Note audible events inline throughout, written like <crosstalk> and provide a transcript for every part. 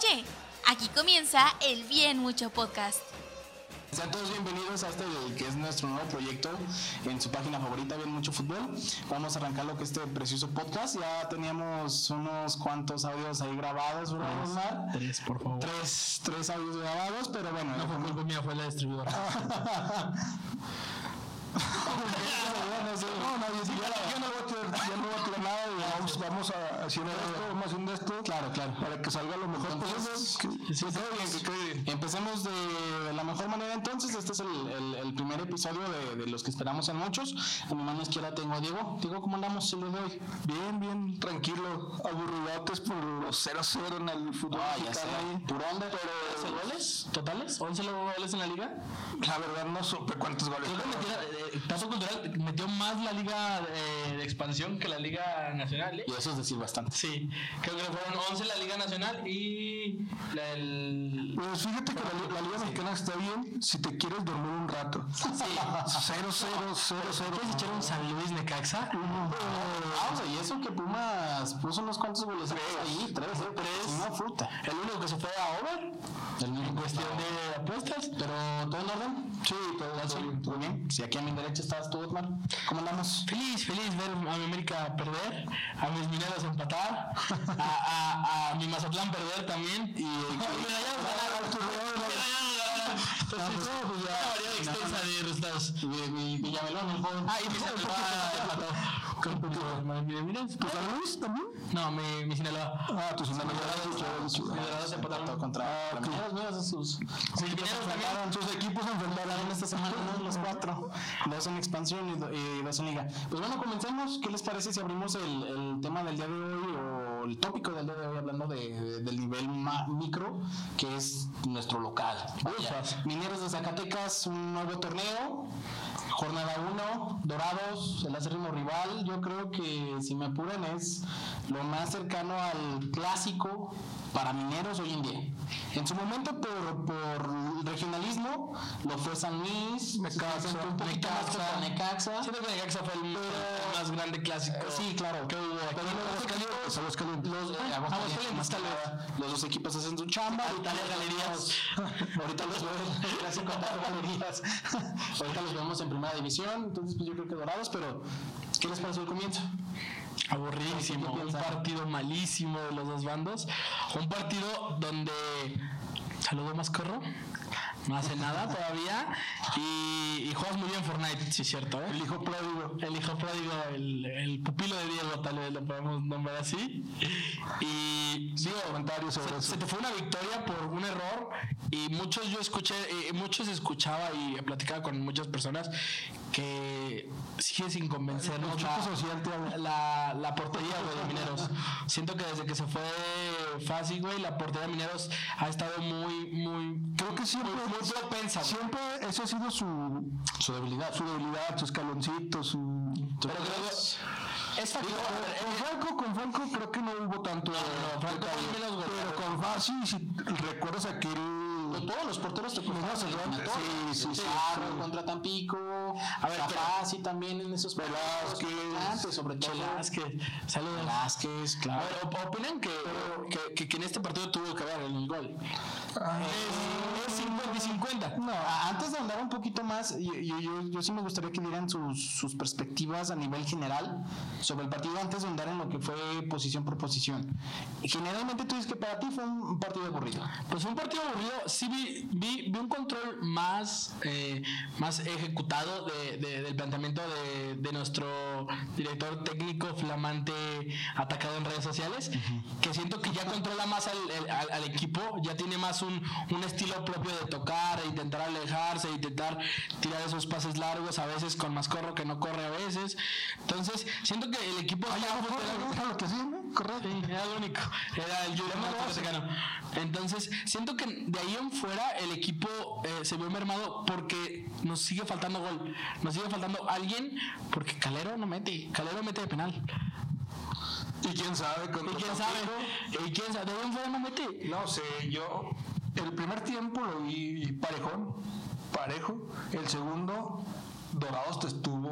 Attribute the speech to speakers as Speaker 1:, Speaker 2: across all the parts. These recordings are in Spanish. Speaker 1: qué? Aquí comienza el Bien Mucho Podcast.
Speaker 2: Sean todos bienvenidos a este que es nuestro nuevo proyecto en su página favorita, Bien Mucho Fútbol. Vamos a arrancar lo que es este precioso podcast. Ya teníamos unos cuantos audios ahí grabados, ¿verdad, Omar?
Speaker 3: Tres, por favor.
Speaker 2: Tres, tres audios grabados, pero bueno.
Speaker 3: No fue culpa mía, fue la distribuidora.
Speaker 2: no, sé, no, no, yo sí, ya la-
Speaker 4: Yo no voy a tirar, yo no voy a tirar nada y
Speaker 2: Ah,
Speaker 4: vamos, vamos a hacer esto, vamos haciendo esto
Speaker 2: Claro, claro.
Speaker 4: para que salga lo mejor
Speaker 2: Entonces,
Speaker 4: posible.
Speaker 2: que quede bien, que quede bien. Empecemos de la mejor manera entonces. Este es el, el- el primer episodio de, de los que esperamos en muchos. A mi mano izquierda tengo a Diego. Diego, ¿cómo andamos? Se lo doy.
Speaker 4: Bien, bien, tranquilo, aburridotes por los 0-0 en el fútbol
Speaker 2: Ah, ya sé.
Speaker 4: mexicano. ahí.
Speaker 2: ¿Por dónde?
Speaker 4: Pero-
Speaker 2: ¿11 goles? ¿Totales? ¿11 goles en la liga?
Speaker 4: La verdad no supe cuántos goles.
Speaker 3: Creo que
Speaker 4: pero-
Speaker 3: metió, eh, eh, Tazo Cultural metió más la Liga eh, de Expansión que la Liga Nacional. ¿eh?
Speaker 2: Y eso es decir bastante.
Speaker 3: Sí, creo que fueron 11 la Liga Nacional y la del.
Speaker 4: Pues fíjate que la, li- la Liga Mexicana está bien si te quieres dormir un rato. 0-0, 0-0.
Speaker 3: ¿Puedes echar un San Luis Necaxa?
Speaker 2: Ah, o sea, y eso que Pumas puso unos cuantos goles ahí, tres, tres. Una fruta.
Speaker 3: El único que se fue a Over
Speaker 2: El mismo
Speaker 3: en cuestión
Speaker 2: cuestión de.
Speaker 3: de apuestas.
Speaker 2: Pero todo en orden.
Speaker 4: Sí, todo
Speaker 2: Todo bien, todo bien. Si aquí a mi derecha estás tú, Otmar, ¿cómo andamos?
Speaker 3: Feliz, feliz ver a mi América perder, a mis mineros empatar, a, a, a mi Mazatlán perder <laughs> también. Y
Speaker 2: Ah, pues,
Speaker 3: pues, de resultados.
Speaker 2: Y- y- y Villamelón, el joven.
Speaker 3: Ah,
Speaker 2: <laughs>
Speaker 3: y mi Sinaloa. Con tu- mi- mi- mi- mi-
Speaker 4: ¿San Luis también?
Speaker 3: No, mi, mi Sinaloa.
Speaker 4: Ah, pues en la Liga
Speaker 2: Mineros empató contra Mineros, mineros a sus
Speaker 3: Mis mineros también.
Speaker 2: sus equipos se enfrentaron esta semana ¿no? los cuatro dos en expansión y, do- y dos en liga pues bueno comencemos qué les parece si abrimos el, el tema del día de hoy o el tópico del día de hoy hablando de- de- del nivel ma- micro que es nuestro local Vaya, mineros de Zacatecas un nuevo torneo jornada 1 dorados el acérrimo rival yo creo que si me apuran es lo más cercano al clásico para mineros hoy en día en su momento por, por regionalismo lo fue San Luis
Speaker 4: Necaxa,
Speaker 2: se presentó un poquito más
Speaker 4: Necaxa.
Speaker 2: contra Necaxa
Speaker 3: Siento que Necaxa fue el, el más grande clásico.
Speaker 2: Ah. Sí, claro. Pero
Speaker 4: los
Speaker 2: los
Speaker 4: Aguascalientes, Aguascalientes.
Speaker 2: los- eh, Aguascalientes,
Speaker 3: Aguascalientes,
Speaker 2: tal vez. Los dos equipos hacen su chamba. Ahorita
Speaker 3: Italia Galerías.
Speaker 2: Ahorita los vemos. Gracias por las galerías. Ahorita los vemos en primera división. Entonces, pues yo creo que dorados, pero ¿qué les pareció el comienzo?
Speaker 3: Aburridísimo,
Speaker 2: ¿Qué
Speaker 3: un
Speaker 2: piensan?
Speaker 3: partido malísimo de los dos bandos. Un partido donde. Saludo Mascorro. No hace nada todavía. Y, y juegas muy bien Fortnite, sí, cierto. ¿eh?
Speaker 4: El hijo pródigo.
Speaker 3: El hijo pródigo, el, el pupilo de Diego, tal vez lo podemos nombrar así. Y digo,
Speaker 4: comentarios sobre
Speaker 3: se,
Speaker 4: eso.
Speaker 3: se te fue una victoria por un error y muchos yo escuché, eh, muchos escuchaba y platicaba con muchas personas que sigue sin convencernos la,
Speaker 4: El choque social te habla.
Speaker 3: la, la portería güey, de Mineros. Siento que desde que se fue fácil, güey, la portería de Mineros ha estado muy, muy,
Speaker 4: Creo que siempre,
Speaker 3: muy, muy propensa. güey.
Speaker 4: siempre eso ha sido su,
Speaker 2: Su debilidad.
Speaker 4: su debilidad, su escaloncito, su...
Speaker 3: Pero creo que es factor, a ver,
Speaker 4: Con Franco, con Franco creo que no hubo tanto...
Speaker 3: no, Franco
Speaker 4: detalle.
Speaker 3: fue menos goleador.
Speaker 4: pero con Fassi, si recuerdas aquel...
Speaker 2: Todos los porteros te costaron.
Speaker 4: Sí, sí, sí, sí.
Speaker 2: Pizarro contra Tampico. A
Speaker 3: ver, pero-
Speaker 2: también en esos partidos. Antes, sobre todo.
Speaker 3: Velázquez, saludos.
Speaker 2: Velázquez,
Speaker 3: A
Speaker 2: claro.
Speaker 3: ver, op- opinan que, que, que, que en este partido tuvo que haber el gol. Es, es 50 y 50.
Speaker 2: No, a- antes de andar un poquito más, yo, yo, yo- yo sí me gustaría que dieran sus, sus perspectivas a nivel general sobre el partido antes de andar en lo que fue posición por posición. Y Generalmente tú dices que para ti fue un un partido aburrido.
Speaker 3: Pues fue un partido aburrido. Sí vi, vi, vi un control más, eh, más ejecutado de- de- del planteamiento de, de nuestro director técnico flamante atacado en redes sociales, que siento que ya controla más al, el- al- al equipo, ya tiene más un, un estilo propio de tocar, e intentar alejarse, intentar tirar esos pases largos, a veces con más corro que no corre a veces. Entonces, siento que el equipo... está
Speaker 4: Corre, era lo que sí, ¿no? Correcto.
Speaker 3: Sí, era lo único. Era el Junior Zacatecano. Entonces, siento que de ahí en fuera el equipo eh, se vio mermado porque nos sigue faltando gol. Nos sigue faltando alguien porque Calero no mete. Calero mete de penal.
Speaker 4: Y quién sabe,
Speaker 3: ¿Y
Speaker 4: contra
Speaker 3: quién sabe? ¿Y quién sabe? De ahí en fuera no mete.
Speaker 4: No sé, yo el primer tiempo lo vi parejón, parejo. El segundo, Dorados te estuvo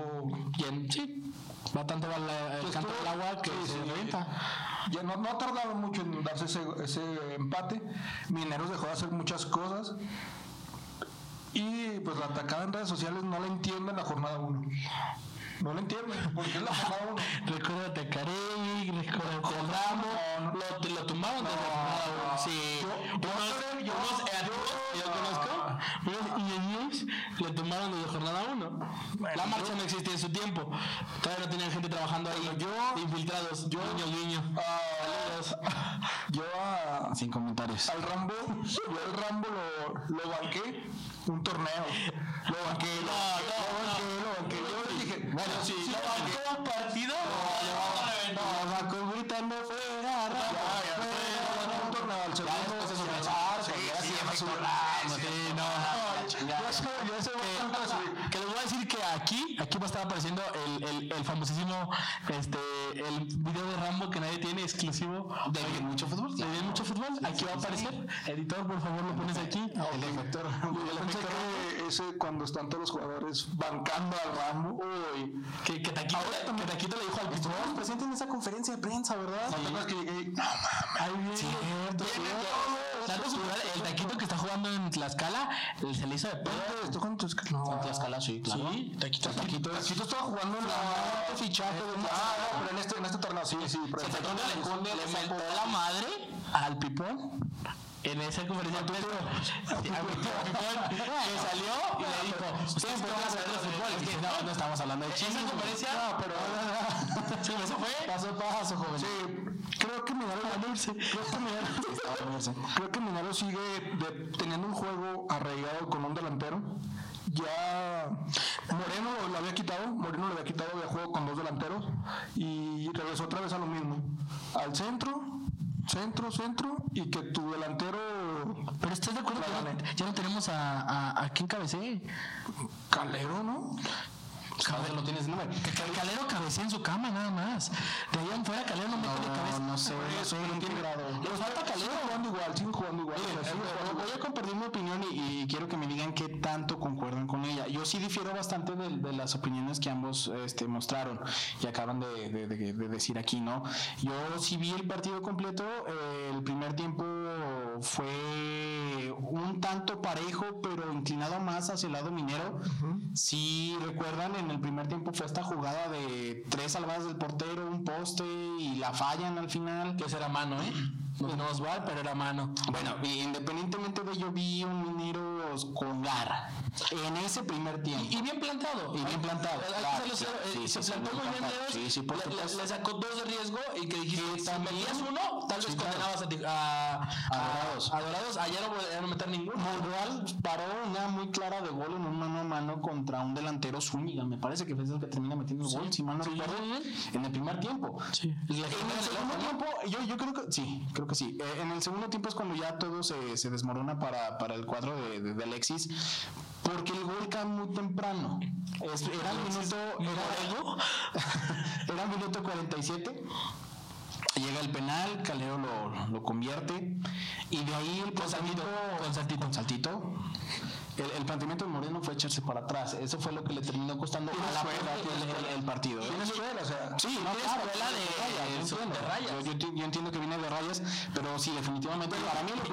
Speaker 3: ¿Quién? Sí. Va tanto va la- el
Speaker 4: Pues
Speaker 3: canto
Speaker 4: tuvo-
Speaker 3: del agua que
Speaker 4: sí,
Speaker 3: se
Speaker 4: sí.
Speaker 3: revienta.
Speaker 4: Ya no, no tardaron mucho en darse ese, ese empate. Mineros dejó de hacer muchas cosas. Y pues la atacada en redes sociales no la entienden la jornada 1. No la entienden, porque es la jornada
Speaker 3: <laughs>
Speaker 4: 1.
Speaker 3: Recuérdate a Carey, recuérdate a Ramos. Lo, te lo tumbaron desde la jornada uno. Sí.
Speaker 4: Yo- yo
Speaker 3: unos,
Speaker 4: creo- yo-
Speaker 3: unos errores que yo
Speaker 4: yo-
Speaker 3: conozco, unos ingenieros, lo tumbaron desde jornada 1. la marcha no existía en su tiempo. Todavía no tenían gente trabajando ahí.
Speaker 4: yo- ah,
Speaker 3: infiltrados. Yo, niño, niño.
Speaker 4: <laughs> yo a-
Speaker 2: Sin comentarios.
Speaker 4: al Rambo, <laughs> yo al Rambo lo, lo banqué un torneo. Lo banqué, lo banqué, lo banqué, lo banqué. Yo le dije, bueno, sí, lo banqué.
Speaker 3: un partido?
Speaker 2: Abajo gritando fuera,
Speaker 4: Ya,
Speaker 2: Ramos,
Speaker 4: ya, fue, lo banqué un torneo al segundo. Sí, sí, efectivamente.
Speaker 3: Sí, no.
Speaker 4: Yo eso, yo eso voy a contar así.
Speaker 3: Que les voy a decir que aquí, aquí va a estar apareciendo el, el, el famosísimo este, el video de Rambo que nadie tiene exclusivo de mucho fútbol. De Bien mucho fútbol. Aquí va a aparecer. Editor, por favor, lo pones aquí.
Speaker 2: El efecto Ramos.
Speaker 4: Yo pensé que ese cuando están todos los jugadores bancando al Rambo, uy.
Speaker 3: Que, que Taquito, que Taquito le dijo al pitbull.
Speaker 2: Estuvimos presentes en esa conferencia de prensa, ¿verdad?
Speaker 4: ¿No te acuerdas que llegué y, no,
Speaker 3: Ay, bien. Cierto, cierto. Dato cultural, el Taquito que está jugando en Tlaxcala se le hizo de pedo.
Speaker 4: mames, esto con tus- No.
Speaker 2: Tlaxcala, sí,
Speaker 3: Sí, Taquito.
Speaker 4: Taquito, Taquito estaba jugando en la.
Speaker 2: este fichaje de-
Speaker 4: Ah, no, pero en este, en este torneo, sí, sí. pero
Speaker 3: Se
Speaker 4: en este
Speaker 3: trató
Speaker 4: torneo-
Speaker 3: de le mentó la madre al Pipón en esa conferencia de prensa. Sí, al Pipón <laughs> que salió y le dijo, ustedes no van a saber de fútbol. Y dije, no, no estamos hablando de chismes. Esa conferencia, <laughs> sí, eso fue.
Speaker 2: Paso a paso, joven.
Speaker 4: Sí, creo que Minero creo que Minero, creo que Minero sigue de- teniendo un juego arraigado con un delantero. Ya Moreno lo, lo había quitado, Moreno lo había quitado de juego con dos delanteros y regresó otra vez a lo mismo, al centro, centro, centro y que tu delantero
Speaker 3: Pero estás de acuerdo que no- ya no tenemos a, a, a quién cabecee.
Speaker 4: Calero, ¿no?
Speaker 2: Joder, lo tienes, no me.
Speaker 3: Que Cal- Calero cabecea en su cama nada más. De allá en fuera Calero no mete de cabeza.
Speaker 2: No sé,
Speaker 4: Por
Speaker 2: no
Speaker 4: eso,
Speaker 2: sé,
Speaker 4: no
Speaker 2: no
Speaker 4: tiene-
Speaker 2: tiene grado.
Speaker 4: Pero falta Calero jugando igual, siguen jugando igual.
Speaker 2: Miren,
Speaker 4: siguen
Speaker 2: eh,
Speaker 4: jugando
Speaker 2: voy a compartir mi opinión y, y quiero que me digan qué tanto concuerdan con ella. Yo sí difiero bastante de, de las opiniones que ambos este, mostraron y acaban de, de- de- de decir aquí, ¿no? Yo sí vi el partido completo, eh, el primer tiempo fue un tanto parejo, pero inclinado más hacia el lado minero. Si recuerdan, en el primer tiempo fue esta jugada de tres salvadas del portero, un poste y la fallan al final.
Speaker 3: Que esa era mano,
Speaker 2: <clears throat>
Speaker 3: ¿eh? No tenemos bar, pero era mano.
Speaker 2: Bueno, y independientemente de ello, vi un Mineros con garra en ese primer tiempo.
Speaker 3: Y bien plantado.
Speaker 2: Y bien plantado,
Speaker 3: Hay que
Speaker 2: claro,
Speaker 3: serlo,
Speaker 2: claro,
Speaker 3: eh,
Speaker 2: sí,
Speaker 3: se
Speaker 2: sí,
Speaker 3: plantó
Speaker 2: sí,
Speaker 3: muy
Speaker 2: bien
Speaker 3: bien
Speaker 2: plantado.
Speaker 3: Leos.
Speaker 2: Sí, sí, por
Speaker 3: le- le-
Speaker 2: supuesto.
Speaker 3: le sacó dos de riesgo y que dijiste, si
Speaker 2: también-
Speaker 3: metías uno, tal vez
Speaker 2: Sí, claro.
Speaker 3: condenabas a, ti- a, a-
Speaker 2: Dorados.
Speaker 3: a Dorados. Allá no podían meter ninguno.
Speaker 2: Monreal paró una muy clara de gol en un mano a mano contra un delantero Zúñiga. Me parece que fue el que termina metiendo el gol, si mal no recuerdo, en el primer tiempo.
Speaker 3: Le
Speaker 2: En el segundo tiempo, yo, yo creo que sí, creo que sí. Eh, en el segundo tiempo es cuando ya todo se, se desmorona para, para el cuadro de, de- de Alexis, porque el gol cae muy temprano. Es- era el minuto, <laughs> era, era el minuto 47. Llega el penal, Calero lo, lo convierte y de ahí el planteamiento con saltito, El, el planteamiento de Moreno fue echarse para atrás. Eso fue lo que le terminó costando a la
Speaker 4: fue,
Speaker 2: verdad el, el- el partido. ¿eh?
Speaker 4: Tienes suelo, o sea.
Speaker 2: Sí, no,
Speaker 3: Tienes
Speaker 2: claro,
Speaker 3: escuela
Speaker 2: sí,
Speaker 3: de-
Speaker 2: rayas, yo
Speaker 3: de-
Speaker 2: entiendo.
Speaker 3: de rayas.
Speaker 2: Yo, yo enti- yo entiendo que viene de rayas, pero sí, definitivamente para mí lo,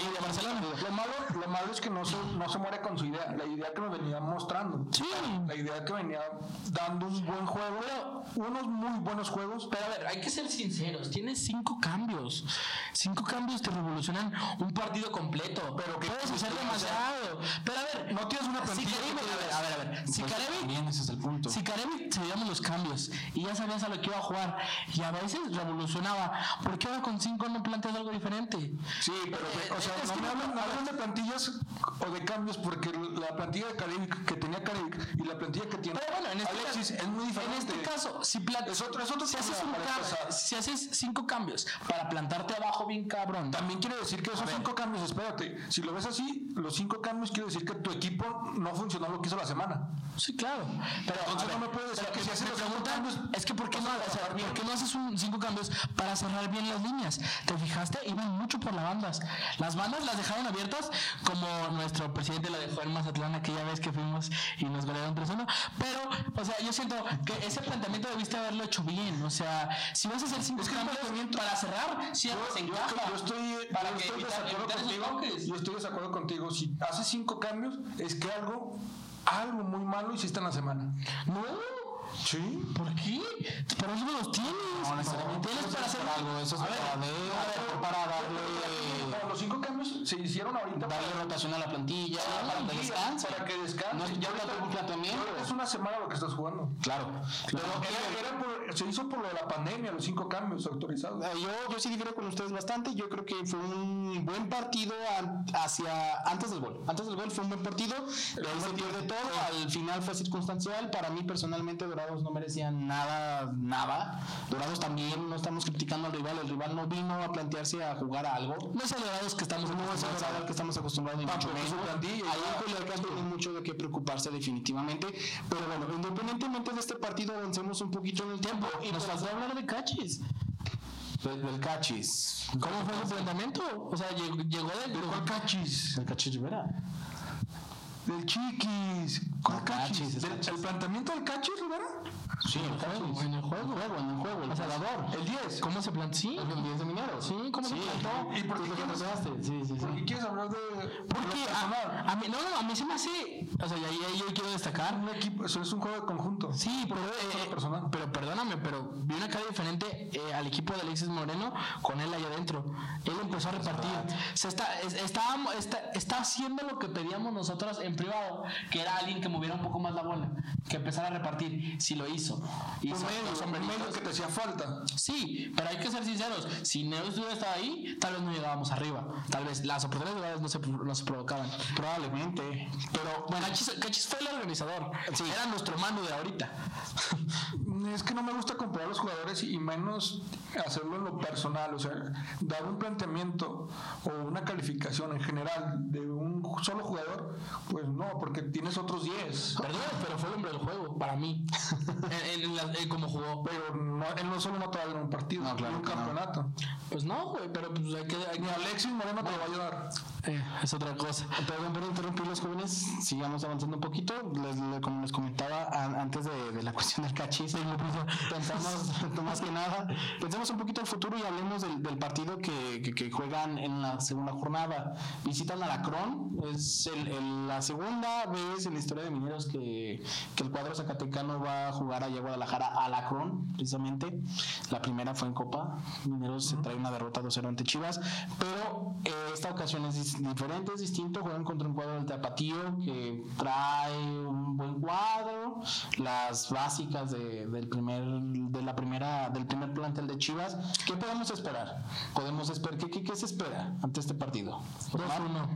Speaker 3: y de Barcelona.
Speaker 4: Lo malo, lo malo es que no se, no se muere con su idea, la idea que nos venía mostrando.
Speaker 3: Sí.
Speaker 4: La idea que venía dando un buen juego, unos muy buenos juegos.
Speaker 3: Pero a ver, hay que ser sinceros. Tienes cinco cambios. Cinco cambios te revolucionan un partido completo. Pero que puedes hacer demasiado. Pero a ver, no tienes una plantilla. a ver, a ver, a ver. Si Carevi-
Speaker 2: Bien, ese es el punto.
Speaker 3: Si Karevi sabíamos los cambios y ya sabías a lo que iba a jugar y a veces revolucionaba, ¿por qué ahora con 5 no planteas algo diferente?
Speaker 4: Sí, pero o sea, no me hablan, no hablan de plantillas o de cambios porque la plantilla de Carevic que tenía Carevic y la plantilla que tiene
Speaker 3: Pero bueno, en este,
Speaker 4: Alexis
Speaker 3: caso,
Speaker 4: es muy diferente.
Speaker 3: en este caso, si, pla-
Speaker 4: Es otro- es otro
Speaker 3: si, haces
Speaker 4: tema
Speaker 3: un
Speaker 4: para
Speaker 3: cam-
Speaker 4: empezar.
Speaker 3: si haces cinco cambios para plantarte abajo bien cabrón,
Speaker 4: También quiere decir que esos cinco cambios, espérate, si lo ves así, los cinco cambios quiere decir que tu equipo no funcionó lo que hizo la semana.
Speaker 3: Sí, claro. Pero
Speaker 4: Entonces
Speaker 3: a ver,
Speaker 4: no me puedes decir
Speaker 3: pero
Speaker 4: que si haces los cinco cambios,
Speaker 3: es que ¿por qué, no, o sea, ¿por qué no haces un cinco cambios para cerrar bien las líneas? ¿Te fijaste? Iban mucho por las bandas. Las bandas las dejaron abiertas como nuestro presidente la dejó en Mazatlán aquella vez que fuimos y nos golearon 3-1. Pero, o sea, yo siento que ese planteamiento debiste haberlo hecho bien. O sea, si vas a hacer cinco cambios para cerrar, cierras en
Speaker 4: Yo,
Speaker 3: caja.
Speaker 4: yo estoy,
Speaker 3: para
Speaker 4: yo
Speaker 3: que
Speaker 4: estoy
Speaker 3: evitar-
Speaker 4: desacuerdo
Speaker 3: evitar esos
Speaker 4: contigo.
Speaker 3: toques.
Speaker 4: Yo estoy desacuerdo contigo. Si haces cinco cambios, es que algo, algo muy malo hiciste en la semana.
Speaker 3: No.
Speaker 4: Sí.
Speaker 3: ¿Por qué? Pero eso los tienes.
Speaker 2: No, necesariamente.
Speaker 3: tienes para hacer
Speaker 2: algo, eso es
Speaker 3: A ver,
Speaker 2: para, ver, para darle,
Speaker 4: Pero los cinco cambios se hicieron ahorita.
Speaker 2: darle rotación a la plantilla, para que
Speaker 4: Sí,
Speaker 2: descanse.
Speaker 4: Para que descanse.
Speaker 2: No, ya
Speaker 4: Ahorita-
Speaker 2: habla un planteamiento.
Speaker 4: ahorita Es una semana lo que estás jugando.
Speaker 2: Claro. Pero
Speaker 4: Era- era por- se hizo por lo de la pandemia, los cinco cambios autorizados.
Speaker 2: Eh, Yo, yo sí difiero con ustedes bastante. Yo creo que fue un buen partido an- hacia antes del gol. Antes del gol fue un buen partido. De ahí se pierde todo. Al final fue circunstancial. Para mí personalmente Dorados no merecían nada, nada. Dorados también no estamos criticando al rival. El rival no vino a plantearse a jugar a algo.
Speaker 3: No es el Dorados que estamos
Speaker 2: No es el
Speaker 3: acostumbrados a
Speaker 2: Dorado al que estamos acostumbrados ni mucho
Speaker 4: Tampoco
Speaker 2: menos.
Speaker 4: es un
Speaker 2: Ahí
Speaker 4: plantilla,
Speaker 2: en Culiacán tienen mucho de qué preocuparse definitivamente. Pero bueno, independientemente de este partido, avancemos un poquito en el tiempo. Y
Speaker 3: Nos
Speaker 2: pues,
Speaker 3: faltó hablar de cachis.
Speaker 2: del, del cachis.
Speaker 3: ¿Cómo fue su planteamiento? O sea, llegó, llegó del.
Speaker 4: ¿Cuál cachis?
Speaker 2: El cachis Rivera.
Speaker 4: Del chiquis. ¿Cuál
Speaker 2: No, cachis,
Speaker 4: cachis?
Speaker 2: es
Speaker 4: Del-
Speaker 2: cachis.
Speaker 4: ¿El planteamiento del cachis, Rivera?
Speaker 2: Sí, en el juego, en el juego, en el juego, el salvador.
Speaker 4: El 10.
Speaker 3: ¿Cómo se planteó? Sí.
Speaker 2: El 10 de minero.
Speaker 3: Sí, ¿cómo se
Speaker 2: Sí.
Speaker 3: plantó?
Speaker 4: ¿Y por qué
Speaker 2: Tú lo
Speaker 4: quieres-
Speaker 2: contaste. Sí, sí,
Speaker 4: ¿Por qué
Speaker 2: sí.
Speaker 4: quieres hablar de.?
Speaker 3: Porque a, a mí, no, no, a mí se me hace. O sea, y ahí, ahí yo quiero destacar.
Speaker 4: un equipo, eso es un juego de conjunto.
Speaker 3: Sí, pero, eh,
Speaker 4: personal.
Speaker 3: pero perdóname, pero vi una cara diferente eh, al equipo de Alexis Moreno con él ahí adentro. Él empezó a repartir. Se está, es- estábamos- está, está haciendo lo que pedíamos nosotros en privado, que era alguien que moviera un poco más la bola, que empezara a repartir. Sí lo hizo.
Speaker 4: Un
Speaker 3: Hizo
Speaker 4: medio,
Speaker 3: dos
Speaker 4: un
Speaker 3: hombreritos.
Speaker 4: medio que te hacía falta.
Speaker 3: Sí, pero hay que ser sinceros. Si Neus hubiera estado ahí, tal vez no llegábamos arriba. Tal vez las oportunidades no se, no se provocaban.
Speaker 2: Probablemente.
Speaker 3: Pero bueno, Cachis, Cachis fue el organizador. Era nuestro mando de ahorita.
Speaker 4: Es que no me gusta comparar los jugadores y menos hacerlo en lo personal. O sea, dar un planteamiento o una calificación en general de un solo jugador, pues no, porque tienes otros 10.
Speaker 3: Perdón, pero fue el hombre del juego, para mí. en, en la- en cómo jugó.
Speaker 4: Pero no, él no solo no te va a ganar un partido,
Speaker 2: No, claro
Speaker 4: ni un
Speaker 2: que no.
Speaker 4: campeonato.
Speaker 3: Pues no, güey, pero pues hay que. hay
Speaker 4: Ni
Speaker 3: que-
Speaker 4: Alexis Moreno te lo va a ayudar.
Speaker 3: Eh, es otra cosa.
Speaker 2: Perdón por interrumpir los jóvenes, sigamos avanzando un poquito. Les- le- como les comentaba an- antes de, de la <laughs> cuestión del cachis, pensamos <laughs> más que nada, pensemos un poquito al futuro y hablemos del, del partido que, que- que juegan en la segunda jornada. Visitan a Lacrón, es el- el- la segunda vez en la historia de Mineros que, que el cuadro zacatecano va a jugar allá a Guadalajara a Lacrón, precisamente. La primera fue en Copa, Mineros se trae una derrota 2-0 ante Chivas, pero eh, esta ocasión es dis- diferente, es distinto, juegan contra un cuadro del Tapatío que trae un buen cuadro, las básicas de, del primer de la primera del primer plantel de Chivas. ¿Qué podemos esperar? Podemos esperar ¿qué, qué, qué se espera ante este partido? 2-1.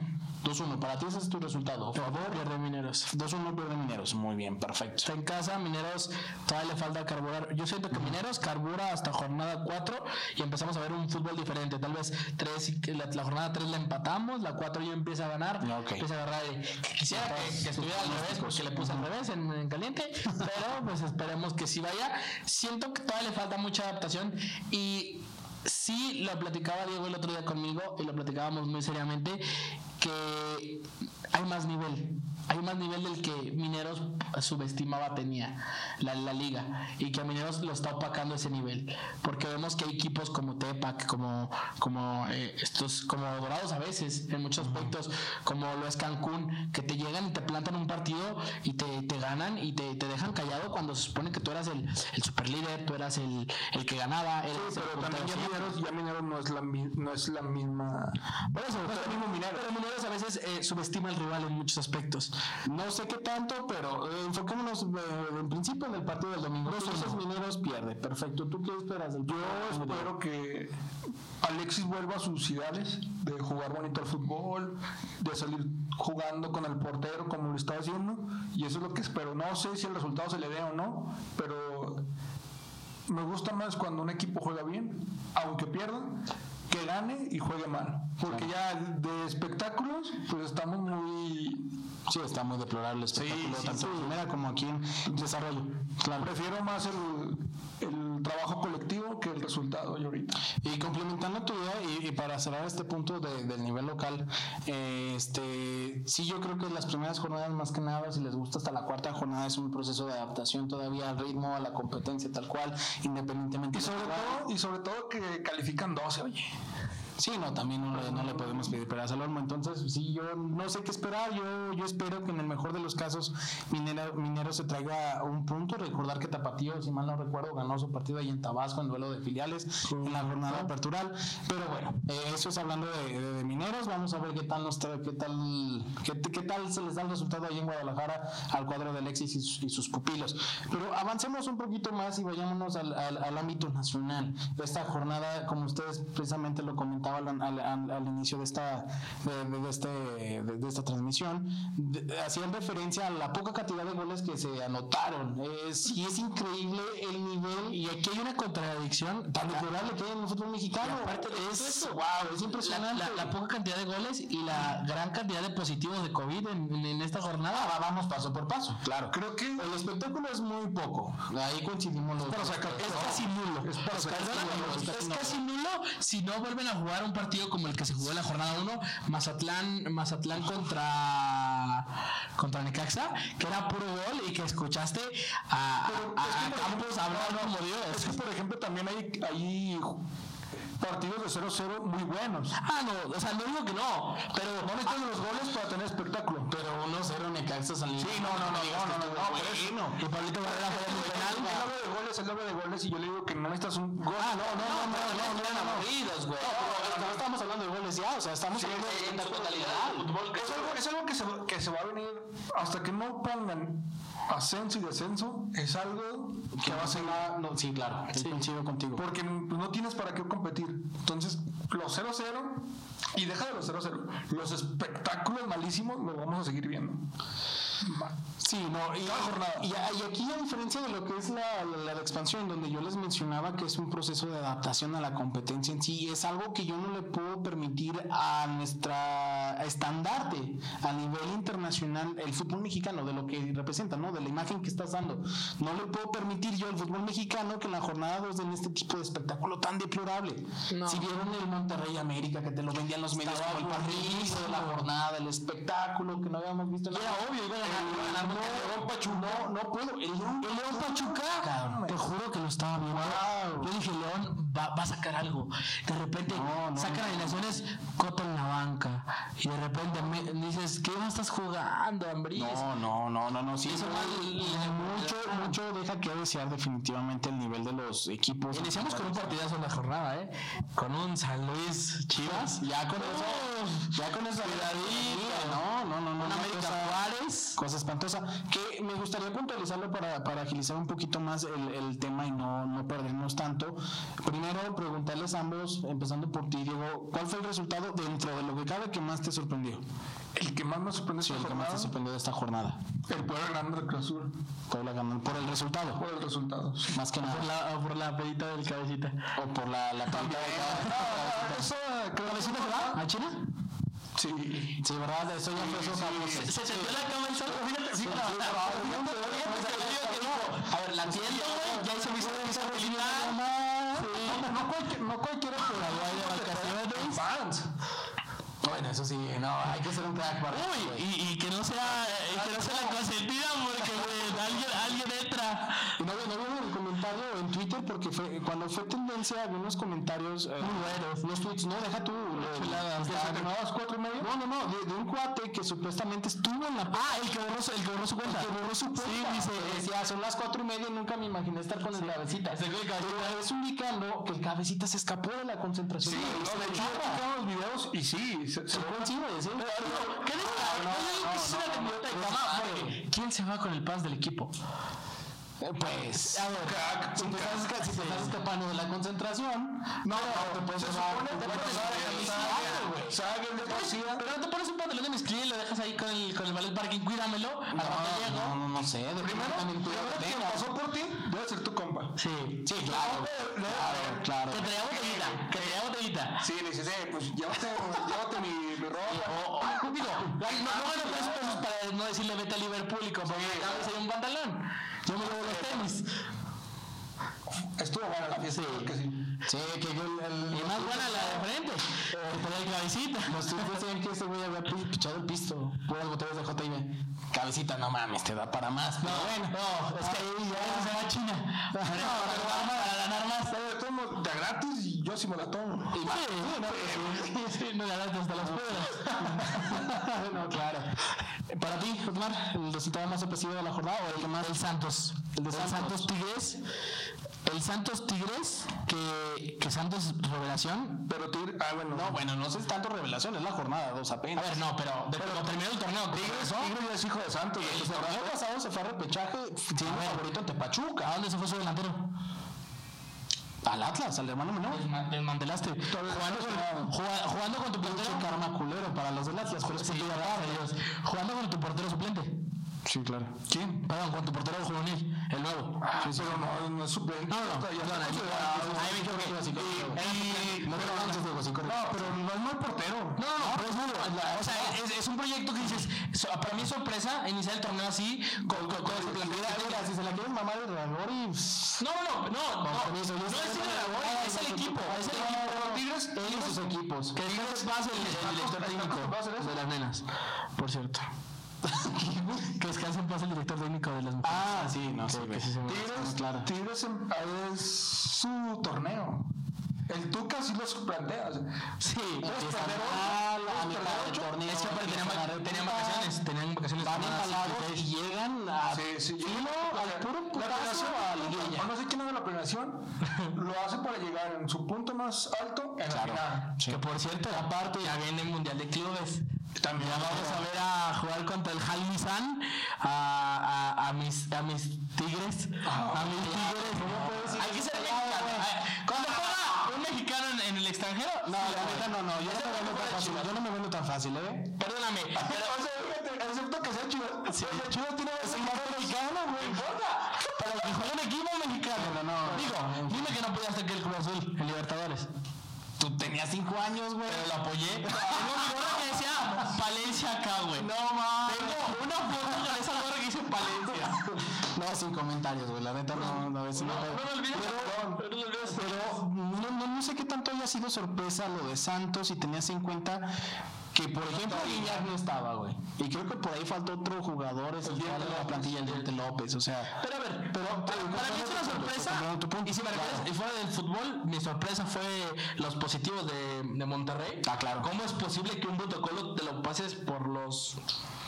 Speaker 2: 2-1, para ti ese es tu resultado.
Speaker 3: favor, pierde mineros.
Speaker 2: 2-1 pierde Mineros, muy bien, perfecto.
Speaker 3: Está en casa, Mineros todavía le falta carburar. Yo siento que Mineros carbura hasta jornada 4 y empezamos a ver un fútbol diferente. Tal vez tres, y que la, la jornada 3 la empatamos, la 4 ya empieza a ganar,
Speaker 2: Ya, ok.
Speaker 3: empieza a agarrar. aire. Quisiera que, que estuviera al revés, porque le puse al revés en, en caliente, pero pues esperemos que sí vaya. Siento que todavía le falta mucha adaptación y sí lo platicaba Diego el otro día conmigo y lo platicábamos muy seriamente que hay más nivel hay más nivel del que Mineros subestimaba tenía la, la liga y que a Mineros lo está opacando ese nivel porque vemos que hay equipos como Tepac como como eh, estos como Dorados a veces en muchos aspectos como lo es Cancún que te llegan y te plantan un partido y te, te ganan y te, te dejan callado cuando se supone que tú eras el, el super líder tú eras el, el que ganaba
Speaker 4: Sí,
Speaker 3: eras el
Speaker 4: pero
Speaker 3: puntero
Speaker 4: también ya
Speaker 3: siempre.
Speaker 4: Mineros, ya Mineros no, es la, mi- no es la misma.
Speaker 3: Por eso,
Speaker 4: es el
Speaker 3: pero,
Speaker 4: mismo Mineros.
Speaker 3: pero Mineros a veces eh, subestima al rival en muchos aspectos.
Speaker 2: No sé qué tanto, pero eh, enfoquémonos eh, en principio en el partido del domingo. Los esos mineros pierde. Perfecto. ¿Tú qué esperas? del
Speaker 4: Yo
Speaker 2: partido del domingo?
Speaker 4: espero que Alexis vuelva a sus ideales de jugar bonito al fútbol, de salir jugando con el portero como lo estaba haciendo, y eso es lo que espero. No sé si el resultado se le dé o no, pero me gusta más cuando un equipo juega bien, aunque pierda, que gane y juegue mal. Porque ya de espectáculos, pues estamos muy
Speaker 2: Sí, está muy deplorable el espectáculo,
Speaker 4: sí,
Speaker 2: tanto en primera como aquí en desarrollo. Claro.
Speaker 4: Prefiero más el, el trabajo colectivo que el resultado yo ahorita.
Speaker 2: Y complementando tu idea, y, y para cerrar este punto de- del nivel local, eh, este sí yo creo que las primeras jornadas más que nada, si les gusta hasta la cuarta jornada, es un proceso de adaptación todavía al ritmo, a la competencia tal cual, independientemente
Speaker 4: Y
Speaker 2: de
Speaker 4: sobre todo, y sobre todo que califican 12, oye.
Speaker 2: Sí, no, también no le, no le podemos pedir peras al olmo. Entonces, sí, yo no sé qué esperar. Yo, yo espero que en el mejor de los casos Minero, Minero se traiga un punto. Recordar que Tapatío, si mal no recuerdo, ganó su partido ahí en Tabasco en duelo de filiales en la jornada apertural. Pero bueno, eh, eso es hablando de, de- de Mineros. Vamos a ver qué tal nos trae- qué tal, qué, qué tal se les da el resultado ahí en Guadalajara al cuadro de Alexis y, sus- y sus pupilos. Pero avancemos un poquito más y vayámonos al, al- al ámbito nacional. Esta jornada, como ustedes precisamente lo comentaban al, al- al- al inicio de esta, de, de- de este, de, de esta transmisión, de- de- hacían referencia a la poca cantidad de goles que se anotaron. Es, y es increíble el nivel
Speaker 3: Y aquí hay una contradicción
Speaker 2: tan deplorable que hay en el fútbol mexicano.
Speaker 3: Y aparte de todo
Speaker 2: es,
Speaker 3: eso,
Speaker 2: wow, es
Speaker 3: La,
Speaker 2: impresionante.
Speaker 3: la- la poca cantidad de goles y la gran cantidad de positivos de COVID en, en- en esta jornada.
Speaker 2: Ah, vamos paso por paso. Claro.
Speaker 4: Creo que
Speaker 2: El espectáculo es muy poco. Ahí coincidimos los
Speaker 4: para
Speaker 2: dos.
Speaker 4: sacar
Speaker 2: Es
Speaker 4: todo.
Speaker 2: casi nulo.
Speaker 4: Es para sacar
Speaker 2: Perdóname,
Speaker 4: todo.
Speaker 2: pero
Speaker 3: Es casi nulo si no vuelven a jugar un partido como el que se jugó en la jornada 1, Mazatlán, Mazatlán contra contra Necaxa, que era puro gol y que escuchaste a, a-
Speaker 4: es que,
Speaker 3: a
Speaker 4: por
Speaker 3: Campos
Speaker 4: ejemplo,
Speaker 3: hablar
Speaker 4: no, no,
Speaker 3: como Dios.
Speaker 4: Es que, por ejemplo, también hay, hay partidos de 0-0 muy buenos.
Speaker 3: Ah, no, o sea, no digo que no, pero
Speaker 4: No necesitan los goles para tener espectáculo.
Speaker 2: Pero 1-0 Necaxa salió.
Speaker 4: Sí, no, no, no,
Speaker 2: digas
Speaker 4: no,
Speaker 2: que
Speaker 4: no,
Speaker 2: estuvo
Speaker 4: no, por
Speaker 2: bueno.
Speaker 3: que Pablito Barrera fue un penal.
Speaker 4: El doble de goles, el doble de goles, y yo le digo que no necesitas un gol.
Speaker 2: Ah, no, no, no, no, no, no, no, no.
Speaker 3: aburridos, güey.
Speaker 2: No, pero no estamos hablando de goles ya, o sea, estamos hablando de la totalidad.
Speaker 4: Es algo, es algo que, se, va- que se va a venir hasta que no pongan ascenso y descenso. Es algo que va a ser
Speaker 2: Ah, no, sí, claro, sí. coincido contigo.
Speaker 4: Porque no tienes para qué competir. Entonces, los 0-0 y deja de los 0-0. Los espectáculos malísimos los vamos a seguir viendo.
Speaker 2: Sí, no, y,
Speaker 4: Cada jornada.
Speaker 2: y- y aquí a diferencia de lo que es la, la- la expansión, donde yo les mencionaba que es un proceso de adaptación a la competencia en sí, es algo que yo no le puedo permitir a nuestra estandarte a nivel internacional, el fútbol mexicano, de lo que representa, ¿no? De la imagen que estás dando. No le puedo permitir yo al fútbol mexicano que en la jornada 2 den este tipo de espectáculo tan deplorable.
Speaker 3: No.
Speaker 2: Si vieron el Monterrey América, que te lo vendían los medios
Speaker 3: Estaba
Speaker 2: como el partido de la jornada, el espectáculo que no habíamos visto en la
Speaker 3: Era obvio, iba a ganar, iba a ganar
Speaker 2: no,
Speaker 3: Monterrey.
Speaker 2: León Pachuca. No, no puedo. El León, Pachuca.
Speaker 3: Cabrón, Te juro que lo estaba viendo.
Speaker 2: Wow.
Speaker 3: Yo dije, León va, va a sacar algo. De repente
Speaker 2: No, no,
Speaker 3: sacan
Speaker 2: no.
Speaker 3: alineaciones, Cota en la banca. Y de repente me- dices, ¿qué no estás jugando, Ambris?
Speaker 2: No, no, no, no, no. Sí,
Speaker 3: Eso
Speaker 2: no,
Speaker 3: mal-
Speaker 2: y- y mucho, mucho deja que desear definitivamente el nivel de los equipos.
Speaker 3: Iniciamos con un partidazo en la jornada, ¿eh? Con un San Luis Chivas.
Speaker 2: Ya con eso.
Speaker 3: Uf.
Speaker 2: Ya con eso.
Speaker 3: Cuidadito.
Speaker 2: No, no, no, no.
Speaker 3: Un
Speaker 2: no,
Speaker 3: América
Speaker 2: cosa-
Speaker 3: Juárez.
Speaker 2: Cosa espantosa. Que me gustaría puntualizarlo para, para agilizar un poquito más el, el tema y no, no perdernos tanto. Primero, preguntarles a ambos, empezando por ti, Diego, ¿cuál fue el resultado dentro de lo que cabe que más te sorprendió?
Speaker 4: El que más me sorprende es
Speaker 2: Sí,
Speaker 4: el,
Speaker 2: el que más te sorprendió de esta jornada.
Speaker 4: el poder ganando el clausura
Speaker 2: Puebla ganó por el resultado,
Speaker 4: por el <laughs> resultado.
Speaker 2: más que nada.
Speaker 3: Por la, o por la pedita del cabecita.
Speaker 2: O por la, la pelota de cada-
Speaker 4: Ah, eso
Speaker 3: ¿A China?
Speaker 4: Sí.
Speaker 2: Sí, ¿verdad? Eso ya fue eso, Carlos.
Speaker 3: Se se sentó en la cama el sol. Fíjate, sí,
Speaker 2: sí,
Speaker 3: no.
Speaker 2: bravo,
Speaker 3: Fíjate, fíjate que digo que no. A ver, la entiendo, güey. Ya hizo mi responsabilidad.
Speaker 4: No, no cualquier- no cualquiera
Speaker 2: Ah,
Speaker 4: puede. Fans.
Speaker 2: Bueno, eso sí, no, hay que ser un crack para eso,
Speaker 3: Uy,
Speaker 2: güey.
Speaker 3: y, y que no sea, eh, que no sea la consentida porque güey, alguien, alguien entra.
Speaker 2: Y no, no vieron el comentario en Twitter porque fue, cuando fue tendencia había unos comentarios muy buenos. Los tweets, no, deja tú. lo-
Speaker 3: chuladas,
Speaker 2: que
Speaker 3: ya.
Speaker 2: se terminabas cuatro y medio. No, no, no, de, de un cuate que supuestamente estuvo en la.
Speaker 3: Ah, el que borró, su- el que borró su cuenta.
Speaker 2: que borró su cuenta. eh,
Speaker 3: Sí, dice,
Speaker 2: Que decía, son las cuatro y media y nunca me imaginé estar con el cabecita.
Speaker 3: Se fue el cabecita.
Speaker 2: Pero es indicando que el cabecita se escapó de la concentración.
Speaker 4: Sí,
Speaker 2: Y se
Speaker 4: no, de hecho,
Speaker 2: escapa.
Speaker 4: yo los videos y sí. se- se-
Speaker 2: Se fue encima y sí.
Speaker 3: <laughs> ¿Qué les
Speaker 2: No, no, no, no, no, no, no, no,
Speaker 3: ¿Quién se va con el paz del equipo?
Speaker 2: Eh, Pues.
Speaker 3: A ver,
Speaker 2: Si te estás esca- si te estás
Speaker 3: este
Speaker 2: escapando de la concentración, no, te puedes
Speaker 4: se
Speaker 2: llevar-
Speaker 4: supone
Speaker 2: te
Speaker 4: que
Speaker 2: puedes
Speaker 4: puedes
Speaker 2: llevar
Speaker 4: saber,
Speaker 2: camisado,
Speaker 4: saben,
Speaker 2: güey.
Speaker 4: saben de pasida.
Speaker 3: Pero no te pones un pantalón de mezclilla y lo dejas ahí con el, con el ballet parking, cuídamelo. Al rato
Speaker 2: No,
Speaker 3: llego.
Speaker 2: no, no, no sé. de
Speaker 4: Primero,
Speaker 2: pronto también tú
Speaker 4: primero quien
Speaker 2: tengas.
Speaker 4: pasó por ti debe ser tu compa.
Speaker 3: Sí.
Speaker 2: Sí, claro.
Speaker 4: No, no,
Speaker 2: Claro, claro.
Speaker 3: Que traía botellita, que traía botellita.
Speaker 4: Sí, le
Speaker 3: <laughs>
Speaker 4: dices, eh, pues llévate, llévate mi, mi ropa.
Speaker 3: Digo, no, no, no, no, no, no, no, no, no, le vete a Liverpool y compró un pantalón. Yo me llevo los tenis.
Speaker 4: Estuvo buena la fiesta, creo que sí.
Speaker 2: Sí, que yo el, el- Eh.
Speaker 3: Y más buena la de frente. Que traía clavicita.
Speaker 2: Los tuyos decían que ese güey había pi- pichado el pisto. Puras botellas de JIB. Cabecita, no mames, te da para más. Pero bueno,
Speaker 3: No, es que ahí ya se va
Speaker 2: <laughs>
Speaker 3: a China. Para ganar más.
Speaker 4: Pero de todos modos, de a gratis, y yo sí me la tomo.
Speaker 2: Pues,
Speaker 3: Sí, <laughs> sí, sí, no ganaste hasta las piedras.
Speaker 2: <laughs> no, claro. Para ti, Otmar, el resultado más sorpresivo de la jornada o el que más.
Speaker 3: El Santos. El de Santos. Tigres. El Santos Tigres, que, que Santos revelación.
Speaker 4: Pero tú, ah, bueno.
Speaker 2: No, bueno, no sé si tanto revelación, es la jornada dos
Speaker 3: A
Speaker 2: apenas.
Speaker 3: ver, no, pero, de, pero terminó el torneo. Tigres, ¿no?
Speaker 4: Tigres ya es hijo de Santos.
Speaker 2: el torneo pasado se fue a repechaje, tiene un favorito ante Pachuca.
Speaker 3: ¿A dónde se fue su delantero?
Speaker 2: Al Atlas, al hermano menor.
Speaker 3: Desma- Desmantelaste. Jugando con, juga- jugando con tu portero.
Speaker 2: Karma culero para los del Atlas, pero es
Speaker 3: Sí,
Speaker 2: que
Speaker 3: ellos. Jugando con tu portero suplente.
Speaker 2: Sí, claro.
Speaker 3: ¿Quién? Perdón, con tu portero juvenil, el nuevo.
Speaker 4: Ah, pero no, no es suplente.
Speaker 3: No, no, no.
Speaker 4: Ya
Speaker 3: Perdón, ahí-
Speaker 4: se va.
Speaker 3: ahí me equivoqué. Y- y-
Speaker 2: No te
Speaker 3: pero-
Speaker 2: avances, Diego, sí, corre.
Speaker 4: No, pero no es mal portero.
Speaker 3: No, no, no, pero es nuevo. O sea, es, es un proyecto que dices, so- para mí es sorpresa iniciar el torneo así, con, con, con ese plantel.
Speaker 2: Mira, mira, si se la quieres mamar el Ranor y.
Speaker 3: No, no, no, no, no, no es
Speaker 2: permiso,
Speaker 3: el
Speaker 2: yo sé que no
Speaker 3: Aragón,
Speaker 2: era
Speaker 3: es el
Speaker 2: Aragón,
Speaker 3: equipo,
Speaker 2: pero
Speaker 3: es el
Speaker 2: no,
Speaker 3: equipo.
Speaker 2: no, no.
Speaker 3: Tigres,
Speaker 2: Él y sus equipos.
Speaker 3: que Tigres va a ser el, el director técnico de las nenas, por
Speaker 2: <laughs>
Speaker 3: cierto. que descansen pasa el director técnico de las mujeres.
Speaker 2: Ah, sí, no sé.
Speaker 3: que sí se me-
Speaker 4: Tigres,
Speaker 2: Claro.
Speaker 4: Tigres en- ah, es su torneo. El Tuca sí lo suplantea. o sea,
Speaker 3: sí,
Speaker 2: empiezan
Speaker 4: perder ocho,
Speaker 2: mal,
Speaker 4: puedes
Speaker 2: a mitad
Speaker 4: perder
Speaker 2: del
Speaker 4: ocho.
Speaker 2: torneo.
Speaker 3: es que aparte
Speaker 2: empiezan
Speaker 3: tenían,
Speaker 2: a
Speaker 3: vac-
Speaker 2: dar
Speaker 3: tenían
Speaker 2: puntas,
Speaker 3: vacaciones, tenían vacaciones.
Speaker 2: Van
Speaker 3: tomadas,
Speaker 2: empalados y llegan
Speaker 3: Ah,
Speaker 2: a.
Speaker 4: Sí, sí.
Speaker 2: filo, al puro
Speaker 4: La
Speaker 2: putazo
Speaker 4: planeación,
Speaker 2: a la liguilla.
Speaker 4: o no sé quién haga la planeación, lo hace para llegar en su punto más alto en la final.
Speaker 3: Que por cierto, aparte ya viene el Mundial de Clubes.
Speaker 4: También
Speaker 3: Ya vamos a ver a jugar contra el Hal Nissan, a, a, a mis, a mis tigres. a mis tigres. Hay que ser mexicano. Ay, Cuando juega un mexicano en, en el extranjero.
Speaker 2: No, la neta no, no, yo no
Speaker 3: Ese
Speaker 2: me vendo
Speaker 3: fue
Speaker 2: tan
Speaker 3: de
Speaker 2: fácil.
Speaker 3: Chivas.
Speaker 2: Yo no me vendo tan fácil, ¿eh?
Speaker 3: <laughs> Perdóname. pero-
Speaker 4: O sea, fíjate, excepto que sea Chivas. O sea, Chivas tiene
Speaker 2: Es un mexicano, güey.
Speaker 3: Pero que juega un equipo mexicano.
Speaker 2: No, no, no.
Speaker 3: Digo, dime que no podías tocar el Cruz Azul en Libertadores.
Speaker 2: Tú tenías cinco años, güey.
Speaker 3: Pero lo <laughs> apoyé. Tengo mi gorra que decía Palencia acá, güey. No mames. Tengo una foto con esa gorra que dice <laughs> Palencia.
Speaker 2: No, sin comentarios, güey. La neta no, no, es una
Speaker 3: No me olvides.
Speaker 2: Pero,
Speaker 3: No me olvides.
Speaker 2: pero no, no, no sé qué tanto haya sido sorpresa lo de Santos y tenías en cuenta que, por ejemplo, Guiñac no estaba, güey. Y creo que por ahí faltó otro jugador esencial en la plantilla, el Diente López. O sea,
Speaker 3: Pero a ver,
Speaker 2: pero
Speaker 3: Para para mí es una sorpresa. Y si me refieres, y fuera del fútbol, mi sorpresa fue los positivos de, de Monterrey.
Speaker 2: Ah, claro.
Speaker 3: ¿Cómo es posible que un protocolo te lo pases por los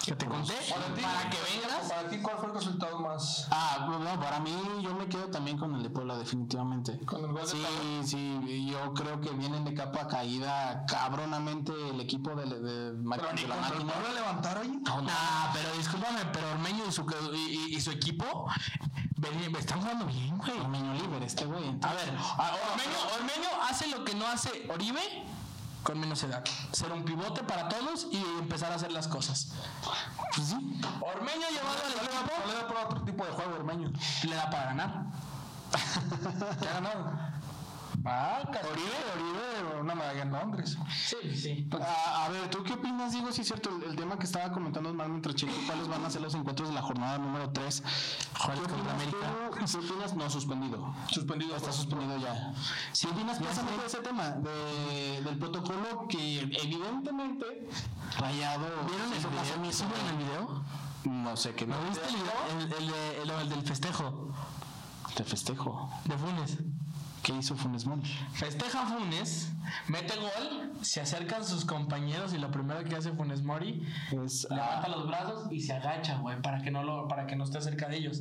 Speaker 3: que te
Speaker 2: pues,
Speaker 3: conté?
Speaker 4: Para ti,
Speaker 3: Para que vengas.
Speaker 4: Para ti, ¿cuál fue el resultado más?
Speaker 2: Ah, bueno, para mí yo me quedo también con el de Puebla, definitivamente.
Speaker 4: Con el gol de
Speaker 2: sí,
Speaker 4: Pablo.
Speaker 2: sí, yo creo que vienen de capa caída cabronamente el equipo de, de, ma-
Speaker 4: Pero ni
Speaker 2: de la
Speaker 4: contra el
Speaker 2: máquina.
Speaker 4: Puebla levantaron.
Speaker 3: Nah, Ah, pero discúlpame, pero Ormeño y su, y, y- y su equipo ven- están jugando bien, güey.
Speaker 2: Ormeño libre, este güey.
Speaker 3: A
Speaker 2: entonces-
Speaker 3: ver, a- Ormeño, Ormeño hace lo que no hace Oribe con menos edad. Ser un pivote para todos y empezar a hacer las cosas.
Speaker 2: Pues sí.
Speaker 3: Ormeño llevado al equipo
Speaker 4: No le da para otro tipo de juego, Ormeño.
Speaker 3: le da para ganar.
Speaker 4: Ya ganaron.
Speaker 3: Ah,
Speaker 4: Oribe, Oribe, una medalla en Londres.
Speaker 3: Sí, sí.
Speaker 2: A, a ver, ¿tú qué opinas, Diego? Si es cierto, el, el tema que estaba comentando Osmar mientras checo, ¿cuáles van a ser los encuentros de la jornada número 3?
Speaker 3: Juárez contra América.
Speaker 2: ¿Qué opinas? No, suspendido.
Speaker 4: Suspendido.
Speaker 2: Está suspendido ya. Si opinas precisamente de ese tema, de- del protocolo que evidentemente Rayado.
Speaker 3: ¿Vieron el
Speaker 2: hizo caso
Speaker 3: video?
Speaker 2: omiso,
Speaker 3: ¿Sí vieron el video?
Speaker 2: No sé qué.
Speaker 3: ¿No viste el video? El, el, de- el- el del festejo
Speaker 2: Te festejo.
Speaker 3: de Funes.
Speaker 2: ¿Qué hizo Funes Mori?
Speaker 3: Festeja Funes, mete gol, se acercan sus compañeros y lo primero que hace Funes ah. Mori
Speaker 2: Es, ah,
Speaker 3: levanta los brazos y se agacha, güey, para que no lo, para que no esté cerca de ellos.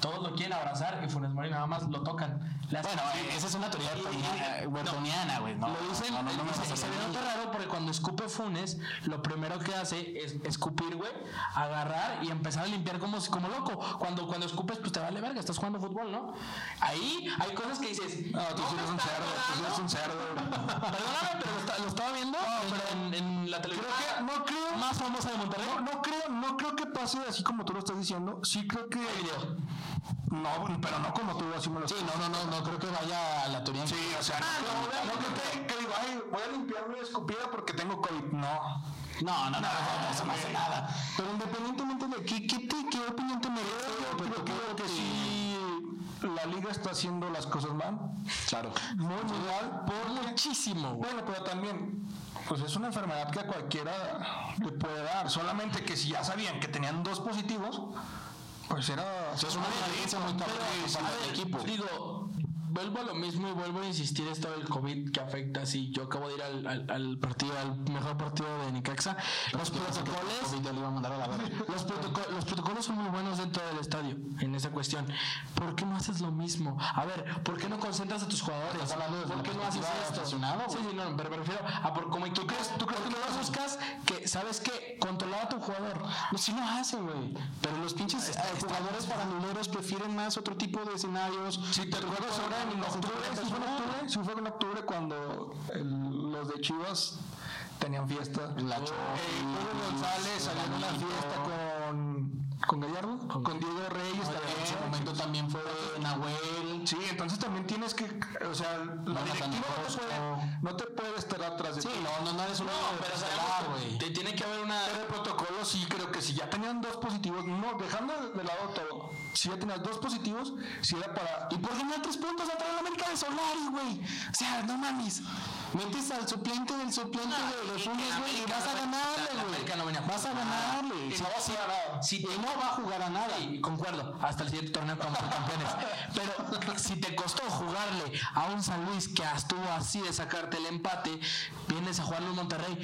Speaker 3: Todos lo quieren abrazar y Funes Mori nada más lo tocan. Le hacen
Speaker 2: bueno,
Speaker 3: así.
Speaker 2: eh, esa es una teoría
Speaker 3: Y-
Speaker 2: huertoniana,
Speaker 3: y-
Speaker 2: huertoniana, güey. No,
Speaker 3: lo dicen,
Speaker 2: no, no, no me vas
Speaker 3: se-
Speaker 2: a
Speaker 3: se
Speaker 2: hacer
Speaker 3: ve
Speaker 2: eso.
Speaker 3: nota raro porque cuando escupe Funes, lo primero que hace es escupir, güey, agarrar y empezar a limpiar como, como loco. Cuando, cuando escupes, pues te vale verga, estás jugando fútbol, ¿no? Ahí hay cosas que dices.
Speaker 4: No, Ah, tú sí
Speaker 3: me
Speaker 4: eres un
Speaker 3: estás
Speaker 4: cerdo, tú sí
Speaker 3: jugando".
Speaker 4: eres un cerdo.
Speaker 3: <laughs> Perdóname, pero lo, está- lo estaba viendo en- en, en la televisión.
Speaker 4: Creo que- no creo-
Speaker 3: Más famosa de Monterrey.
Speaker 4: No, no creo, no creo que pase así como tú lo estás diciendo. Sí creo que. No, pero no como tú así me lo
Speaker 2: Sí, no, no, no, no creo que vaya a la teoría. en-
Speaker 4: Sí, o sea, no,
Speaker 3: Ah,
Speaker 4: creo-
Speaker 3: no,
Speaker 4: no, creo que, que digo, ay, voy a limpiarme de escupida porque tengo COVID. No.
Speaker 2: No, no, no, no, eso no hace nada.
Speaker 4: Pero independientemente de aquí, ¿qué, te- qué opinión te merece? Pues yo creo que sí, la liga está haciendo las cosas mal.
Speaker 2: Claro.
Speaker 4: Muy mal, por
Speaker 3: Muchísimo.
Speaker 4: Bueno, pero también, pues es una enfermedad que a cualquiera le puede dar. Solamente que si ya sabían que tenían dos positivos, pues era.
Speaker 2: O sea, es una diferencia muy cabrón para el equipo.
Speaker 3: Digo, vuelvo a lo mismo y vuelvo a insistir esto del COVID que afecta. Si yo acabo de ir al, al- al partido, al mejor partido de Nicaxa, los protocolos
Speaker 2: COVID ya le iba a mandar a la verga.
Speaker 3: <laughs> los, protoco- los protocolos son muy buenos dentro del estadio en esa cuestión. ¿Por qué no haces lo mismo? A ver, ¿por qué no concentras a tus jugadores?
Speaker 2: Estás hablando desde
Speaker 3: ¿Por
Speaker 2: la
Speaker 3: qué no haces
Speaker 2: perspectiva de
Speaker 3: esto?
Speaker 2: aficionado,
Speaker 3: Sí,
Speaker 2: güey.
Speaker 3: sí, no, pero me refiero a por cómo tú crees, tú crees que lo buscas que sabes que controlar a tu jugador.
Speaker 2: No, sí lo hace, güey. Pero los pinches eh, jugadores faranduleros prefieren más otro tipo de escenarios.
Speaker 4: Si te acuerdas ahora en octubre, si fue en octubre, sí fue en octubre cuando el- los de Chivas tenían fiesta.
Speaker 2: La
Speaker 4: Eh,
Speaker 2: Chofis,
Speaker 4: Pedro González salió en una fiesta con, con Gallardo, con, Diego Reyes también.
Speaker 2: En su momento también fue Nahuel.
Speaker 4: Sí, entonces también tienes que, o sea, la
Speaker 2: Jonathan
Speaker 4: directiva no te,
Speaker 2: Orozco.
Speaker 4: puede, no te puede estar atrás de
Speaker 2: Sí,
Speaker 4: ti.
Speaker 2: no, no, no es un estelar, güey.
Speaker 3: Te tiene que haber una.
Speaker 4: Pero el protocolo sí creo que si ya tenían dos positivos, no, dejando de lado todo, si ya tenías dos positivos, si era para...
Speaker 2: ¿Y por qué no da tres puntos atrás de la América de Solari, güey? O sea, no mames. Metes al suplente del suplente de los unos, güey, Ah, y
Speaker 3: Ah, América
Speaker 2: vas a
Speaker 3: no- la- la
Speaker 2: ganarle,
Speaker 3: América no
Speaker 2: güey.
Speaker 3: venía a
Speaker 2: vas a
Speaker 3: jugar nada.
Speaker 2: ganarle.
Speaker 3: Y
Speaker 2: Sí,
Speaker 3: no va a jugar a nada.
Speaker 2: sí, y no va a jugar a nada.
Speaker 3: Sí, concuerdo, hasta el siguiente
Speaker 2: <laughs>
Speaker 3: torneo como campeones. Pero si te costó jugarle a un San Luis que estuvo así de sacarte el empate, vienes a jugarle a un Monterrey,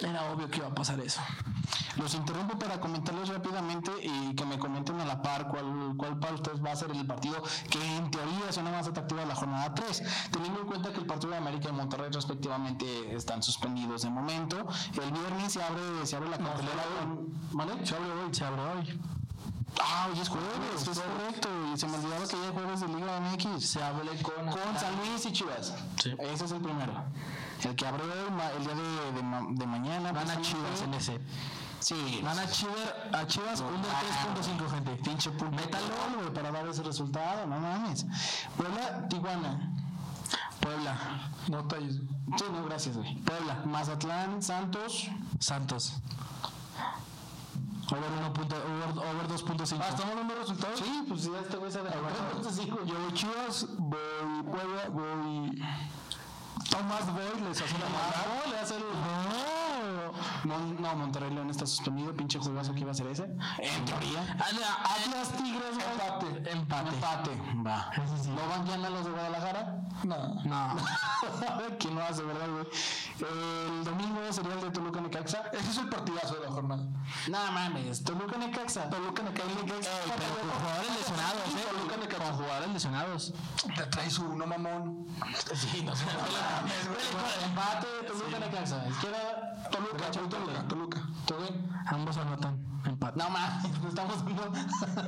Speaker 3: era obvio que iba a pasar eso.
Speaker 2: Los interrumpo para comentarles rápidamente y que me comenten a la par cuál, cuál para ustedes va a ser el partido que en teoría suena más atractivo de la jornada 3, teniendo en cuenta que el partido de América y Monterrey respectivamente están suspendidos de momento. El viernes se abre, se abre la cartelera con... ¿Vale? Se abre hoy, se abre hoy. Ah, hoy es jueves, es correcto. Y se me olvidaba que ya hay jueves de Liga MX.
Speaker 3: Se habla con.
Speaker 2: Con San Luis y Chivas.
Speaker 3: Ah. Sí.
Speaker 2: Ese es el primero. El que abrió el, ma- el día de, de ma- de mañana.
Speaker 3: Van a
Speaker 2: precisamente.
Speaker 3: Chivas en ese.
Speaker 2: Sí.
Speaker 3: Van a Chivas, a Chivas
Speaker 2: No,
Speaker 3: un del
Speaker 2: ah,
Speaker 3: 3.5, gente.
Speaker 2: Pinche pulpo. Métalo, güey, para dar ese resultado, no mames. Puebla, Tijuana.
Speaker 3: Puebla,
Speaker 4: No talles.
Speaker 2: Sí, no, gracias, güey.
Speaker 3: Puebla,
Speaker 2: Mazatlán, Santos.
Speaker 3: Santos. Over, 1 punto- over, over 2.5.
Speaker 4: Ah, ¿estamos dando resultados?
Speaker 2: Sí, pues ya este güey se adelantó. Sí, güey.
Speaker 4: Yo voy Chivas, voy Puebla, voy... Tomás Boy les hace una mala.
Speaker 2: No, le hace el- Mon- no, Monterrey León está suspendido, pinche jugazo que iba a ser ese. En teoría.
Speaker 3: Ah, Atlas Tigres,
Speaker 2: Empate.
Speaker 3: Empate.
Speaker 2: Empate. Va. ¿No van ya a los de Guadalajara?
Speaker 4: No.
Speaker 3: No.
Speaker 2: <laughs> ¿Quién lo hace, verdad, güey? El domingo sería el de Toluca Necaxa.
Speaker 4: Ese es el partidazo de la jornada.
Speaker 2: No mames, Toluca Necaxa. Toluca Necaxa.
Speaker 3: Ey, pero con jugadores lesionados, ¿eh? Con jugadores lesionados.
Speaker 4: Te traes uno, mamón.
Speaker 2: Sí, no sé. Empate de Toluca Necaxa. Izquierda Toluca, Chuy Toluca.
Speaker 4: Toluca.
Speaker 2: ¿Todo bien?
Speaker 3: Ambos anotan. Empate.
Speaker 2: No mames, no estamos <laughs> dando.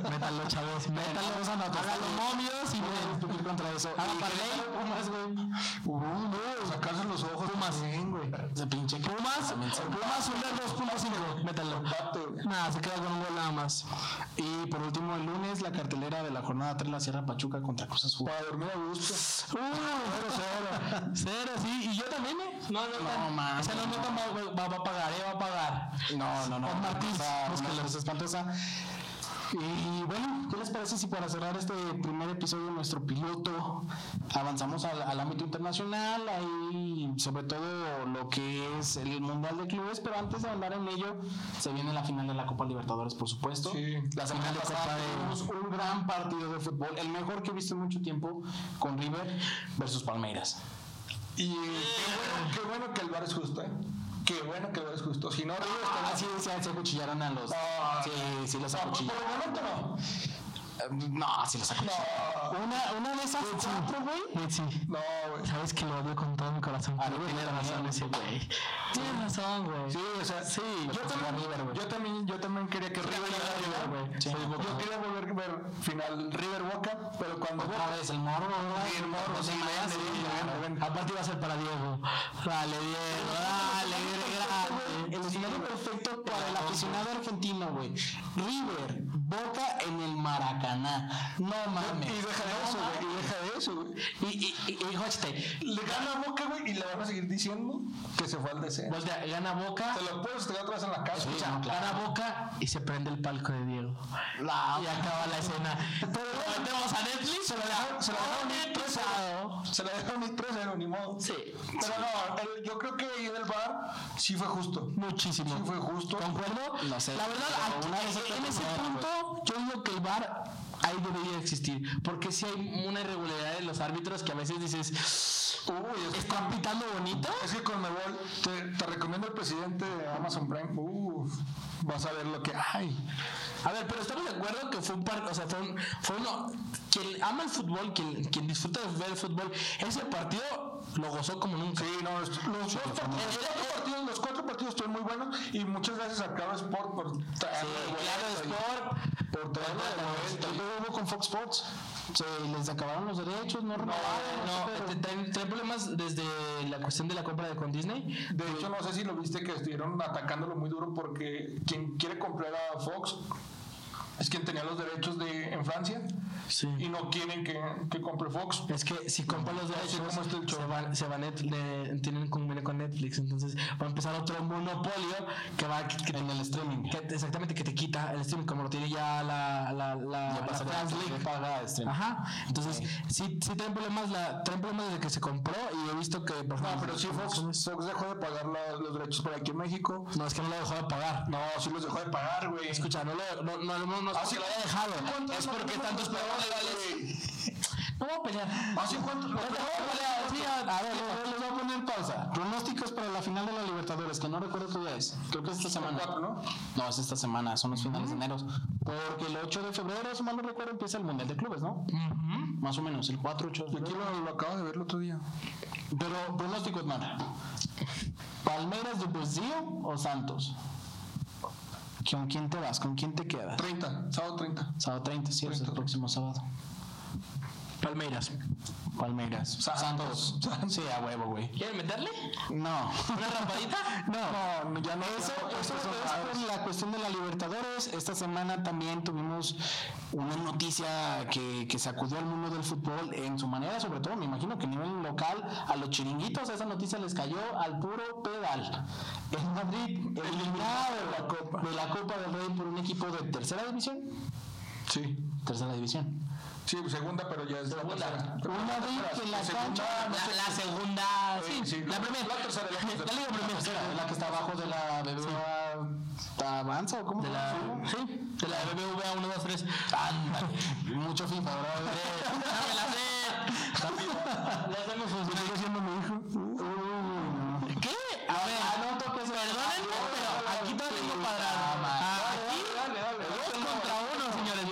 Speaker 3: Métalo, chavos. Métalo.
Speaker 2: Métalo, Santo.
Speaker 3: Hágalo momios y
Speaker 2: Voy a
Speaker 3: ven.
Speaker 2: discutir contra eso.
Speaker 3: Ah,
Speaker 2: Y
Speaker 3: parley.
Speaker 2: Querétaro Pumas, güey. Uh, no.
Speaker 4: Sacarse los ojos. Pumas. Bien, güey.
Speaker 2: Ese pinche
Speaker 3: Pumas, Pumas sube al 2.5. Métalo.
Speaker 4: Empate, güey.
Speaker 3: Nada, se queda con un gol nada más.
Speaker 2: Y por último, el lunes, la cartelera de la jornada 3, la Sierra Pachuca contra Cosas Azul.
Speaker 4: Pues, Para dormir a gusto.
Speaker 3: <laughs> Uh, cero, cero. Cero, sí. Y yo también, ¿eh? No, no,
Speaker 2: No, man.
Speaker 3: Ese no, no, va, va- va a pagar, ¿eh? Va a pagar.
Speaker 2: No, no, no.
Speaker 3: Juan Martín,
Speaker 2: O sea, una
Speaker 3: búsquelo.
Speaker 2: cosa espantosa. Y bueno, ¿qué les parece si para cerrar este primer episodio de nuestro piloto avanzamos al, al ámbito internacional, ahí sobre todo lo que es el Mundial de Clubes, pero antes de andar en ello, se viene la final de la Copa Libertadores, por supuesto.
Speaker 4: Sí,
Speaker 2: la semana
Speaker 3: final de
Speaker 2: pasada
Speaker 3: Copa de-
Speaker 2: tuvimos un gran partido de fútbol, el mejor que he visto en mucho tiempo con River versus Palmeiras.
Speaker 4: Y eh, qué, bueno, qué bueno que el bar es justo, ¿eh? Qué bueno que el bar es justo. Si no, River estaría-
Speaker 2: Así sí, se acuchillaron a los.
Speaker 4: Ah,
Speaker 2: sí, sí, los
Speaker 4: Por
Speaker 2: acuchillaron.
Speaker 4: el momento no.
Speaker 2: No, sí los acuchillaron.
Speaker 4: No,
Speaker 3: Una, una de esas cuatro, güey. Sí.
Speaker 4: no, güey.
Speaker 3: Sabes que lo odio con todo mi corazón.
Speaker 2: A River
Speaker 3: Tienes
Speaker 2: también,
Speaker 3: razón,
Speaker 2: ¿no?
Speaker 3: ese güey. Tienes razón, güey.
Speaker 4: Sí, o sea,
Speaker 3: Sí.
Speaker 4: Yo también, yo también, yo también quería que River
Speaker 3: River,
Speaker 4: ganara,
Speaker 3: güey.
Speaker 4: güey.
Speaker 2: Sí,
Speaker 4: Soy Boca.
Speaker 2: Boca.
Speaker 4: Yo quería volver a ver final River Boca, pero cuando
Speaker 2: Otra
Speaker 4: Boca
Speaker 2: vez el morro, ¿verdad?
Speaker 4: Sí, el morro, sí, le ven, le ven, le ven, le ven.
Speaker 3: Aparte iba a ser para Diego. Dale, Diego, dale, Diego, grande.
Speaker 2: El escenario perfecto para el aficionado argentino, güey. River Boca en el Maracaná. No mames.
Speaker 4: Y deja de
Speaker 2: No
Speaker 4: eso,
Speaker 2: mames.
Speaker 4: güey. Y deja de eso, güey.
Speaker 2: Y, y, y, y Hochstein,
Speaker 4: Le gana a Boca, güey, y le van a seguir diciendo que se fue al descenso.
Speaker 3: Voltea, gana Boca.
Speaker 4: Te lo puedo estrenar otra vez en la casa.
Speaker 2: Sí.
Speaker 3: Escucha,
Speaker 2: no, claro.
Speaker 3: gana Boca y se prende el palco de Diego.
Speaker 2: La
Speaker 3: Y acaba la escena. Pero a Netflix. Oh,
Speaker 4: Se la dejaron, se la dejaron ir tres
Speaker 3: pesado.
Speaker 4: Se la dejaron ir tres cero, ni modo.
Speaker 3: Sí.
Speaker 4: Pero no, el- yo creo que ahí en el bar sí fue justo.
Speaker 3: Muchísimo.
Speaker 4: Sí fue justo.
Speaker 3: ¿Concuerdo?
Speaker 2: No sé.
Speaker 3: La verdad,
Speaker 2: Pero
Speaker 3: aquí-
Speaker 2: una vez
Speaker 3: en- en
Speaker 2: otra
Speaker 3: ese
Speaker 2: manera,
Speaker 3: punto, yo digo que el bar ahí debería existir. Porque si hay una irregularidad en los árbitros que a veces dices,
Speaker 4: Uy, es,
Speaker 3: ¿están pitando bonito?
Speaker 4: es que con Mebol te, te recomiendo el presidente de Amazon Prime. Uf, vas a ver lo que hay.
Speaker 3: A ver, pero estamos de acuerdo que fue un partido, o sea, fue, un, fue uno. Quien ama el fútbol, quien, quien disfruta de ver el fútbol, ese partido lo gozó como nunca.
Speaker 4: Sí, no, es- los, dos partidos, los cuatro partidos, los cuatro partidos estuvieron muy buenos y muchas gracias a Claro Sport por traerlo de vuelta
Speaker 3: Claro,
Speaker 4: y-
Speaker 3: Sport.
Speaker 4: por traerlo de vuelta.
Speaker 2: Yo luego hubo con Fox Sports. Se les acabaron los derechos, no
Speaker 3: No,
Speaker 2: renovaron.
Speaker 3: no, este
Speaker 2: sé,
Speaker 3: te-
Speaker 2: pero-
Speaker 3: traen, traen problemas desde la cuestión de la compra de con Disney.
Speaker 4: De hecho, no sé si lo viste que estuvieron atacándolo muy duro porque quien quiere comprar a Fox es quien tenía los derechos de en Francia
Speaker 3: Sí.
Speaker 4: y no quieren que, que compre Fox.
Speaker 3: Es que si compran los derechos,
Speaker 4: ¿cómo está el show?
Speaker 3: se van, se van net- de- tienen convenio con Netflix, entonces va a empezar otro monopolio que va que, que te-
Speaker 2: En el streaming.
Speaker 3: que- exactamente que te quita el streaming, como lo tiene ya la, la, la,
Speaker 2: Ya
Speaker 3: la
Speaker 2: pasa
Speaker 3: France
Speaker 2: de-
Speaker 3: League. este.
Speaker 2: de paga a streaming.
Speaker 3: Ajá. Entonces, sí, sí traen problemas, la, traen problemas desde que se compró y he visto que por
Speaker 4: No,
Speaker 3: ejemplo,
Speaker 4: pero sí, Fox, Fox dejó de pagar la- los derechos por aquí en México.
Speaker 3: No, es que no lo dejó de pagar.
Speaker 4: No, sí los dejó de pagar, güey.
Speaker 3: Escucha, no lo no, no, no, no es
Speaker 4: Ah, sí.
Speaker 3: porque lo haya dejado.
Speaker 4: ¿Cuántos
Speaker 3: Es
Speaker 4: no
Speaker 3: porque
Speaker 4: tenemos
Speaker 3: tantos problemas legales.
Speaker 4: güey?
Speaker 3: No voy a pelear.
Speaker 4: ¿Hace cuánto?
Speaker 3: No, no, no, no, sí, a- a ver, no,
Speaker 2: Pero les voy a poner pausa. Pronósticos para la final de la Libertadores, que no recuerdo qué día es. Creo que es esta semana.
Speaker 4: cuatro, ¿no?
Speaker 2: No, es esta semana, son los finales de enero. Porque el 8 de febrero, si mal no recuerdo, empieza el Mundial de Clubes, ¿no?
Speaker 3: Ujú.
Speaker 2: Más o menos, el 4, 8 de febrero.
Speaker 4: Aquí lo, lo acabo de ver el otro día.
Speaker 2: Pero pronóstico, hermano. ¿Palmeiras de Brasil o Santos? ¿Con quién te vas? ¿Con quién te quedas?
Speaker 4: 30, sábado 30.
Speaker 2: Sábado 30, sí, es el
Speaker 4: 30.
Speaker 2: próximo sábado.
Speaker 3: Palmeiras.
Speaker 2: Palmeiras. Santos. <laughs> Sí, a huevo, güey.
Speaker 3: ¿Quieren meterle?
Speaker 2: No.
Speaker 3: ¿Una rampadita?
Speaker 2: <laughs> No, no, ya no. Eso,
Speaker 4: ya no,
Speaker 2: eso
Speaker 4: eso
Speaker 2: es
Speaker 4: no.
Speaker 2: por la cuestión de la Libertadores. Esta semana también tuvimos una noticia que, que sacudió al mundo del fútbol en su manera, sobre todo, me imagino que a nivel local, a los chiringuitos, esa noticia les cayó al puro pedal. El Madrid eliminado de la Copa, de la Copa del Rey por un equipo de tercera división.
Speaker 4: Sí.
Speaker 2: Tercera división.
Speaker 4: Sí, segunda, pero ya es
Speaker 3: Segunda.
Speaker 4: la tercera.
Speaker 2: Un Madrid que en la cancha.
Speaker 3: La, la segunda, sí,
Speaker 4: Sí, sí.
Speaker 3: la primera.
Speaker 4: La tercera,
Speaker 3: <laughs>
Speaker 4: la tercera.
Speaker 3: liga primera.
Speaker 2: Tercera, la que está abajo de la BBVA Avanza o cómo
Speaker 3: De
Speaker 2: se
Speaker 3: la,
Speaker 2: llama?
Speaker 3: sí, de la BBVA 1, 2, 3.
Speaker 2: <laughs>
Speaker 3: Ándale.
Speaker 2: Mucho FIFA,
Speaker 3: <laughs>
Speaker 2: ¿verdad?
Speaker 3: Dame la sed. Le hacemos funcionar.
Speaker 2: haciendo mi hijo?
Speaker 3: ¿Qué? A ver,
Speaker 4: Ah,
Speaker 3: perdónenme, pero aquí todo tengo cuadrado. Ah, Aquí,
Speaker 4: Dale, dale, dale.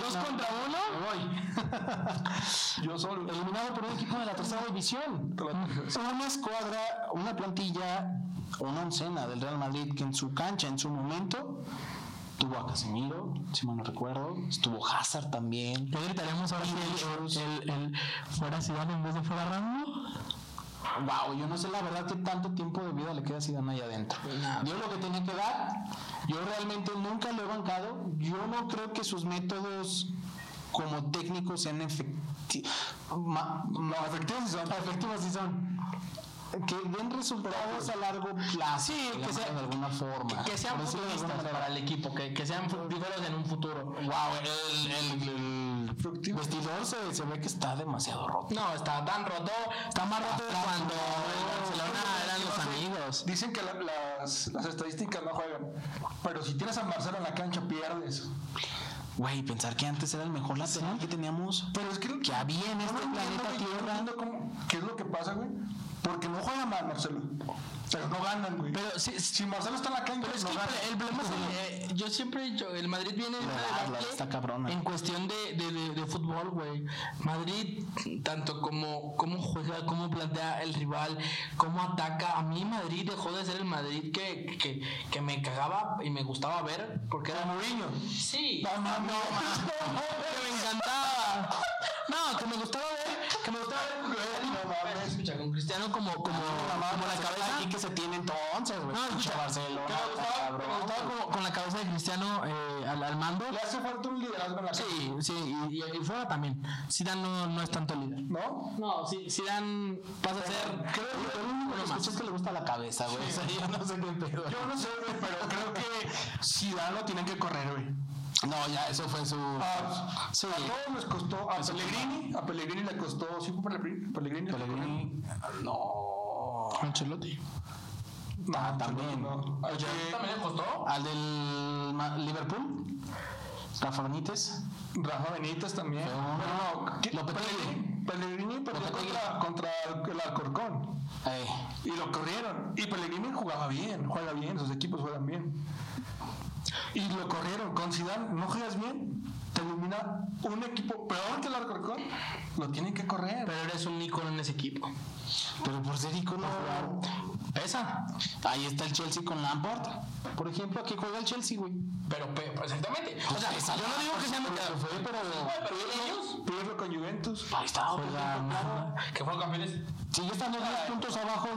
Speaker 3: dos contra uno, señores. Dos contra uno.
Speaker 2: <laughs>
Speaker 4: Yo solo.
Speaker 2: Eliminado por un equipo de la tercera división.
Speaker 4: Te la tercera.
Speaker 2: Una escuadra, una plantilla, una oncena del Real Madrid que en su cancha, en su momento, tuvo a Casemiro, si mal no recuerdo, estuvo Hazard también.
Speaker 3: ¿Qué gritaremos ahora si el, el, el fuera Ciudad en vez de fuera Rambo?
Speaker 2: Wow, yo no sé la verdad qué tanto tiempo de vida le queda a Zidane ahí adentro. Dio lo que tenía que dar. Yo realmente nunca lo he bancado. Yo no creo que sus métodos como técnicos sean efectivos. efectivos sí son. Efectivos sí son. Que den resultados a largo plazo.
Speaker 3: Sí, que
Speaker 2: digamos,
Speaker 3: sea-
Speaker 2: de alguna forma.
Speaker 3: Que sean
Speaker 2: por decirlo de alguna
Speaker 3: futuristas
Speaker 2: manera.
Speaker 3: para el equipo, que, que sean futboleros en un futuro. Wow, el, el, el-
Speaker 2: El vestidor se, se ve que está demasiado roto.
Speaker 3: No, está tan roto, está más roto de Ah, cuando el Barcelona eran los amigos.
Speaker 4: Dicen que la- las, las estadísticas no juegan. Pero si tienes a Marcelo en la cancha, pierdes.
Speaker 2: Güey, pensar que antes era el mejor lateral que teníamos.
Speaker 4: Pero es que,
Speaker 2: Que había en
Speaker 4: no
Speaker 2: este
Speaker 4: entiendo,
Speaker 2: planeta
Speaker 4: güey, yo no
Speaker 2: Tierra.
Speaker 4: entiendo cómo- ¿Qué es lo que pasa, güey? Porque no juega mal Marcelo. Pero no ganan, güey.
Speaker 3: Pero sí, sí,
Speaker 4: si Marcelo está en la cancha,
Speaker 3: pero es
Speaker 4: no
Speaker 3: que el,
Speaker 4: ganan.
Speaker 3: el problema es que eh, yo siempre, yo- el Madrid viene de una
Speaker 2: La- la-
Speaker 3: debacle
Speaker 2: está cabrona.
Speaker 3: en cuestión de, de- de- de fútbol, güey. Madrid, tanto como cómo juega, cómo plantea el rival, cómo ataca. A mí Madrid dejó de ser el Madrid que, que, que me cagaba y me gustaba ver, porque era...
Speaker 4: Mourinho.
Speaker 3: Sí.
Speaker 4: No, no, no.
Speaker 3: que me encantaba. No, que me gustaba ver, que me gustaba ver.
Speaker 4: Güey, no mames.
Speaker 3: Escucha, con Cristiano como, como, como la cabeza.
Speaker 2: Aquí que se tiene entonces, güey.
Speaker 3: No,
Speaker 2: Pinche
Speaker 3: escucha,
Speaker 2: Barcelona,
Speaker 3: que me gustaba-
Speaker 2: cabrón.
Speaker 3: me gustaba como- con la cabeza de Cristiano eh, al, al mando.
Speaker 4: Le hace falta un liderazgo en la cancha,
Speaker 3: Sí, sí, y, y- y fuera también. Zidane no, no es tanto líder.
Speaker 4: ¿no?
Speaker 3: No, sí, Zidane pasa a ser...
Speaker 2: Creo que lo único que escucho es que le gusta la cabeza, güey. O sea, <laughs> yo no sé qué pedo.
Speaker 4: Yo no sé, güey, pero creo que Zidane lo tienen que correr, güey.
Speaker 2: No, ya, eso fue su.
Speaker 4: A,
Speaker 2: Sí.
Speaker 4: a todos les costó, a
Speaker 2: Eso
Speaker 4: Pellegrini, a Pellegrini le costó, sí fue Pellegrini, Pellegrini. le
Speaker 2: Pellegrini. No.
Speaker 3: Ancelotti.
Speaker 4: costó- No,
Speaker 2: Ah, también.
Speaker 4: no. Hay que-
Speaker 3: le costó?
Speaker 2: Al del Ma- Liverpool. Rafa Benítez.
Speaker 4: Rafa Benítez también.
Speaker 2: Pero no.
Speaker 4: Pero no, ¿qué-
Speaker 2: Lopetegui.
Speaker 4: Pellegrini, Pellegrini perdió
Speaker 2: Lopetegui.
Speaker 4: contra, contra el Alcorcón
Speaker 2: Eh,
Speaker 4: y lo corrieron. Y Pellegrini jugaba bien, juega bien, sus equipos juegan bien. Y lo corrieron con Zidane, no juegas bien, te elimina un equipo peor que el Alcorcón, lo tienen que correr.
Speaker 3: Pero eres un ícono en ese equipo.
Speaker 2: pero por ser ícono.
Speaker 3: Pesa.
Speaker 2: Ahí está el Chelsea con Lampard. Por ejemplo, aquí juega el Chelsea, güey.
Speaker 3: Pero pe- exactamente. O sea,
Speaker 2: Pues,
Speaker 3: yo no digo que sea mi
Speaker 2: pero fue, pero.
Speaker 3: pero ellos.
Speaker 4: Pierdo con Juventus.
Speaker 2: Ahí está,
Speaker 3: Juegan.
Speaker 2: claro.
Speaker 3: Que fueron campeones.
Speaker 2: Sigue estando 10 puntos abajo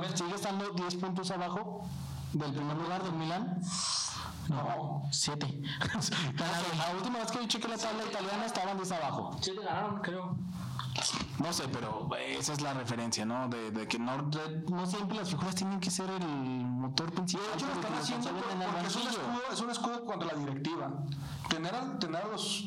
Speaker 2: de. Sigue estando 10 puntos abajo del primer lugar del Milan.
Speaker 3: No, siete.
Speaker 2: Ganaron. La última vez que yo chequé la tabla italiana estaban 10 abajo.
Speaker 3: Siete ganaron, creo.
Speaker 2: No sé, pero esa es la referencia, ¿no? De, de que no, de- no siempre las figuras tienen que ser el motor principal.
Speaker 4: De hecho, lo
Speaker 2: porque
Speaker 4: están
Speaker 2: los
Speaker 4: haciendo
Speaker 2: conservan
Speaker 4: por-
Speaker 2: en el
Speaker 4: porque es un,
Speaker 2: banquillo.
Speaker 4: escudo, es un escudo contra la directiva. Tener a, tener a los.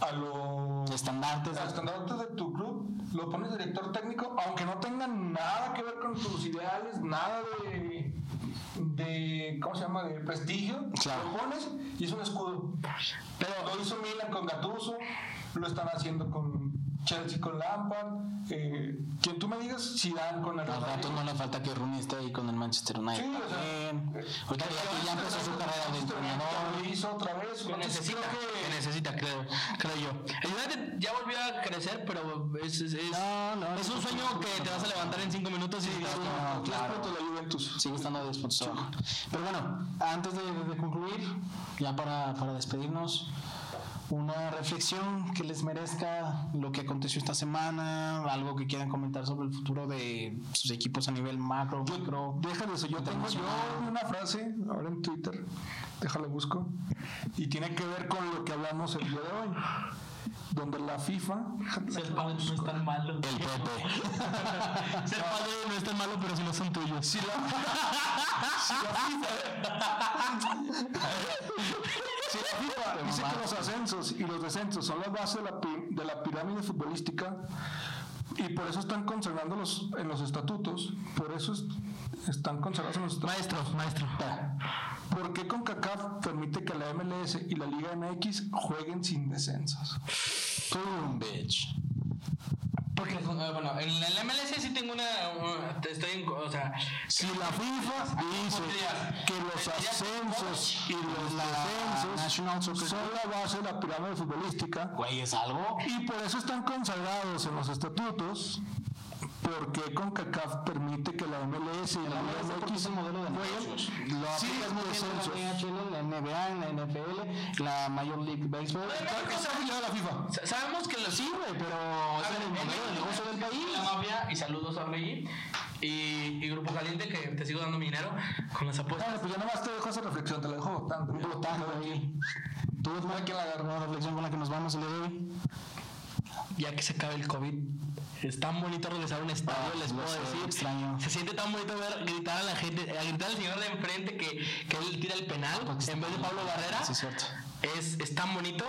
Speaker 4: A los
Speaker 2: Estandartes.
Speaker 4: los estandartes de tu club, lo pones director técnico, aunque no tengan nada que ver con tus ideales, nada de, de ¿cómo se llama? de prestigio,
Speaker 2: Claro.
Speaker 4: lo pones y es un escudo. Pero lo hizo Milan con Gattuso, lo están haciendo con Chelsea con Lampard, eh, quien tú me digas, Zidane con el
Speaker 2: Al rato no le falta que Rooney esté ahí con el Manchester United.
Speaker 4: Sí, o sea,
Speaker 2: también. Ahorita ya, ya empezó su carrera de
Speaker 4: Lo
Speaker 2: entrenador.
Speaker 4: hizo otra vez.
Speaker 3: Que
Speaker 4: entonces
Speaker 3: necesita,
Speaker 4: creo que-
Speaker 3: que necesita, creo, creo yo. El United ya volvió a crecer, pero es, es, es-
Speaker 2: No, no,
Speaker 3: es
Speaker 2: no,
Speaker 3: un
Speaker 2: no,
Speaker 3: sueño
Speaker 2: no,
Speaker 3: que
Speaker 2: no,
Speaker 3: te
Speaker 2: no,
Speaker 3: vas a
Speaker 2: no.
Speaker 3: levantar en cinco minutos y dices,
Speaker 2: no,
Speaker 3: "No,
Speaker 2: no,
Speaker 3: no,
Speaker 2: claro.
Speaker 4: Punto la Juventus.
Speaker 2: Sigue estando a 10 puntos abajo. Pero bueno, antes de, de concluir, ya para, para despedirnos, una reflexión que les merezca lo que aconteció esta semana, algo que quieran comentar sobre el futuro de sus equipos a nivel macro, micro.
Speaker 4: Déjale eso, yo tengo yo
Speaker 2: Internacional.
Speaker 4: una frase ahora en Twitter, déjalo busco, y tiene que ver con lo que hablamos el día de hoy, donde la FIFA,
Speaker 3: Ser padre no es tan malo.
Speaker 2: El <laughs> Pepe.
Speaker 3: Ser padre no es tan malo, pero si no son tuyos. Si la,
Speaker 4: si la FIFA dice que los ascensos y los descensos son la base de la, pi- de la pirámide futbolística y por eso están conservando los, en los estatutos, por eso es- están conservados en los estatutos.
Speaker 3: maestro, maestro.
Speaker 4: ¿Por qué CONCACAF permite que la MLS y la Liga MX jueguen sin descensos?
Speaker 2: Boom, bitch.
Speaker 3: Porque, eh, bueno, en la en la MLS sí tengo una. una- te estoy en. O sea,
Speaker 4: Si la FIFA dice que los ascensos y los
Speaker 2: Ah, National
Speaker 4: descensos
Speaker 2: Soccer
Speaker 4: son la base de la pirámide futbolística
Speaker 2: Güey, es algo.
Speaker 4: y por eso están consagrados en los estatutos, porque CONCACAF permite que la MLS y la
Speaker 2: Porque es
Speaker 4: MX
Speaker 2: el modelo de negocios. Lo
Speaker 4: Sí,
Speaker 2: aplicas muy bien
Speaker 4: descensos.
Speaker 2: en la NHL, en la NBA, en la NFL, la Major League Baseball.
Speaker 4: Claro que está afiliado a la FIFA.
Speaker 3: sa- sabemos que los.
Speaker 2: Sí, güey, pero es el modelo de negocio del país.
Speaker 3: La mafia, y saludos a Reggie. Y, y Grupo Caliente, que te sigo dando mi dinero con las apuestas.
Speaker 4: Bueno, pues ya nomás te dejo esa reflexión, te la dejo votando.
Speaker 2: Botando ahí. Tú ves mal que la agarró la reflexión con la que nos vamos el día de hoy.
Speaker 3: ya que se acabe el COVID. Es tan bonito regresar a un estadio,
Speaker 2: Ah,
Speaker 3: les
Speaker 2: lo
Speaker 3: puedo
Speaker 2: sé,
Speaker 3: decir.
Speaker 2: extraño.
Speaker 3: Se siente tan bonito ver gritar a la gente, a gritar al señor de enfrente que, que él tira el penal en vez de Pablo Barrera.
Speaker 2: Sí, es cierto.
Speaker 3: Es, es tan bonito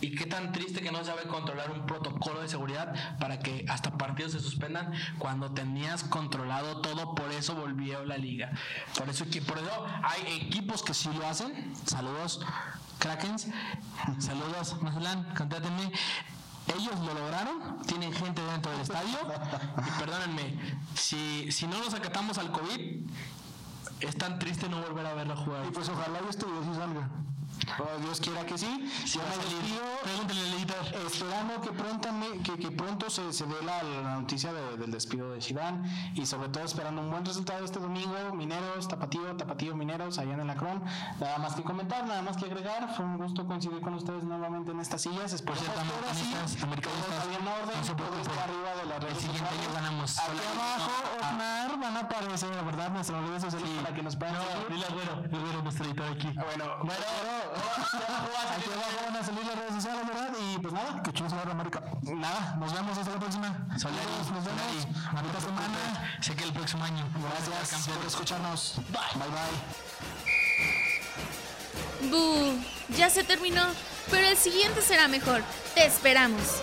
Speaker 3: y qué tan triste que no sabe controlar un protocolo de seguridad para que hasta partidos se suspendan cuando tenías controlado todo. Por eso volvió la liga. Por eso, que- por eso hay equipos que sí lo hacen. Saludos, Krakens. Saludos, Mazatlán. Contátenme. Ellos lo lograron, tienen gente dentro del estadio. Y perdónenme, si, si no nos acatamos al COVID, es tan triste no volver a verla jugar.
Speaker 2: pues
Speaker 4: Y pues ojalá y este video sí salga.
Speaker 2: Oh, Dios quiera que sí. Yo me despido, Esperando que, prontame- que, que pronto se, se dé la, la noticia de- del despido de Zidane y sobre todo esperando un buen resultado este domingo. Mineros, Tapatío, Tapatío Mineros, allá en el Acron. Nada más que comentar, nada más que agregar. Fue un gusto coincidir con ustedes nuevamente en estas sillas. Espero que
Speaker 3: cierto,
Speaker 2: ahora sí
Speaker 3: americanistas,
Speaker 2: todo
Speaker 3: americanistas,
Speaker 2: salga en orden,
Speaker 3: no se
Speaker 2: todo
Speaker 3: preocupen.
Speaker 2: esté arriba de las
Speaker 3: El
Speaker 2: redes
Speaker 3: siguiente Ah.
Speaker 2: sociales.
Speaker 3: año ganamos.
Speaker 2: Aquí abajo, Omar, van a aparecer, la verdad, nuestras redes sociales para que nos puedan seguir. Ah,
Speaker 3: Dile al güero, el güero nuestro editor aquí.
Speaker 2: Bueno, bueno, <laughs> aquí abajo van a salir las redes sociales, ¿verdad? Y pues nada, que chulos ahora América. Nada, nos vemos hasta la próxima.
Speaker 3: Solari,
Speaker 2: Saludos, nos vemos. Bonita semana.
Speaker 3: Sé que el próximo año.
Speaker 2: Gracias por escucharnos. Bye bye.
Speaker 1: ¡Bu! Ya se terminó, pero el siguiente será mejor. Te esperamos.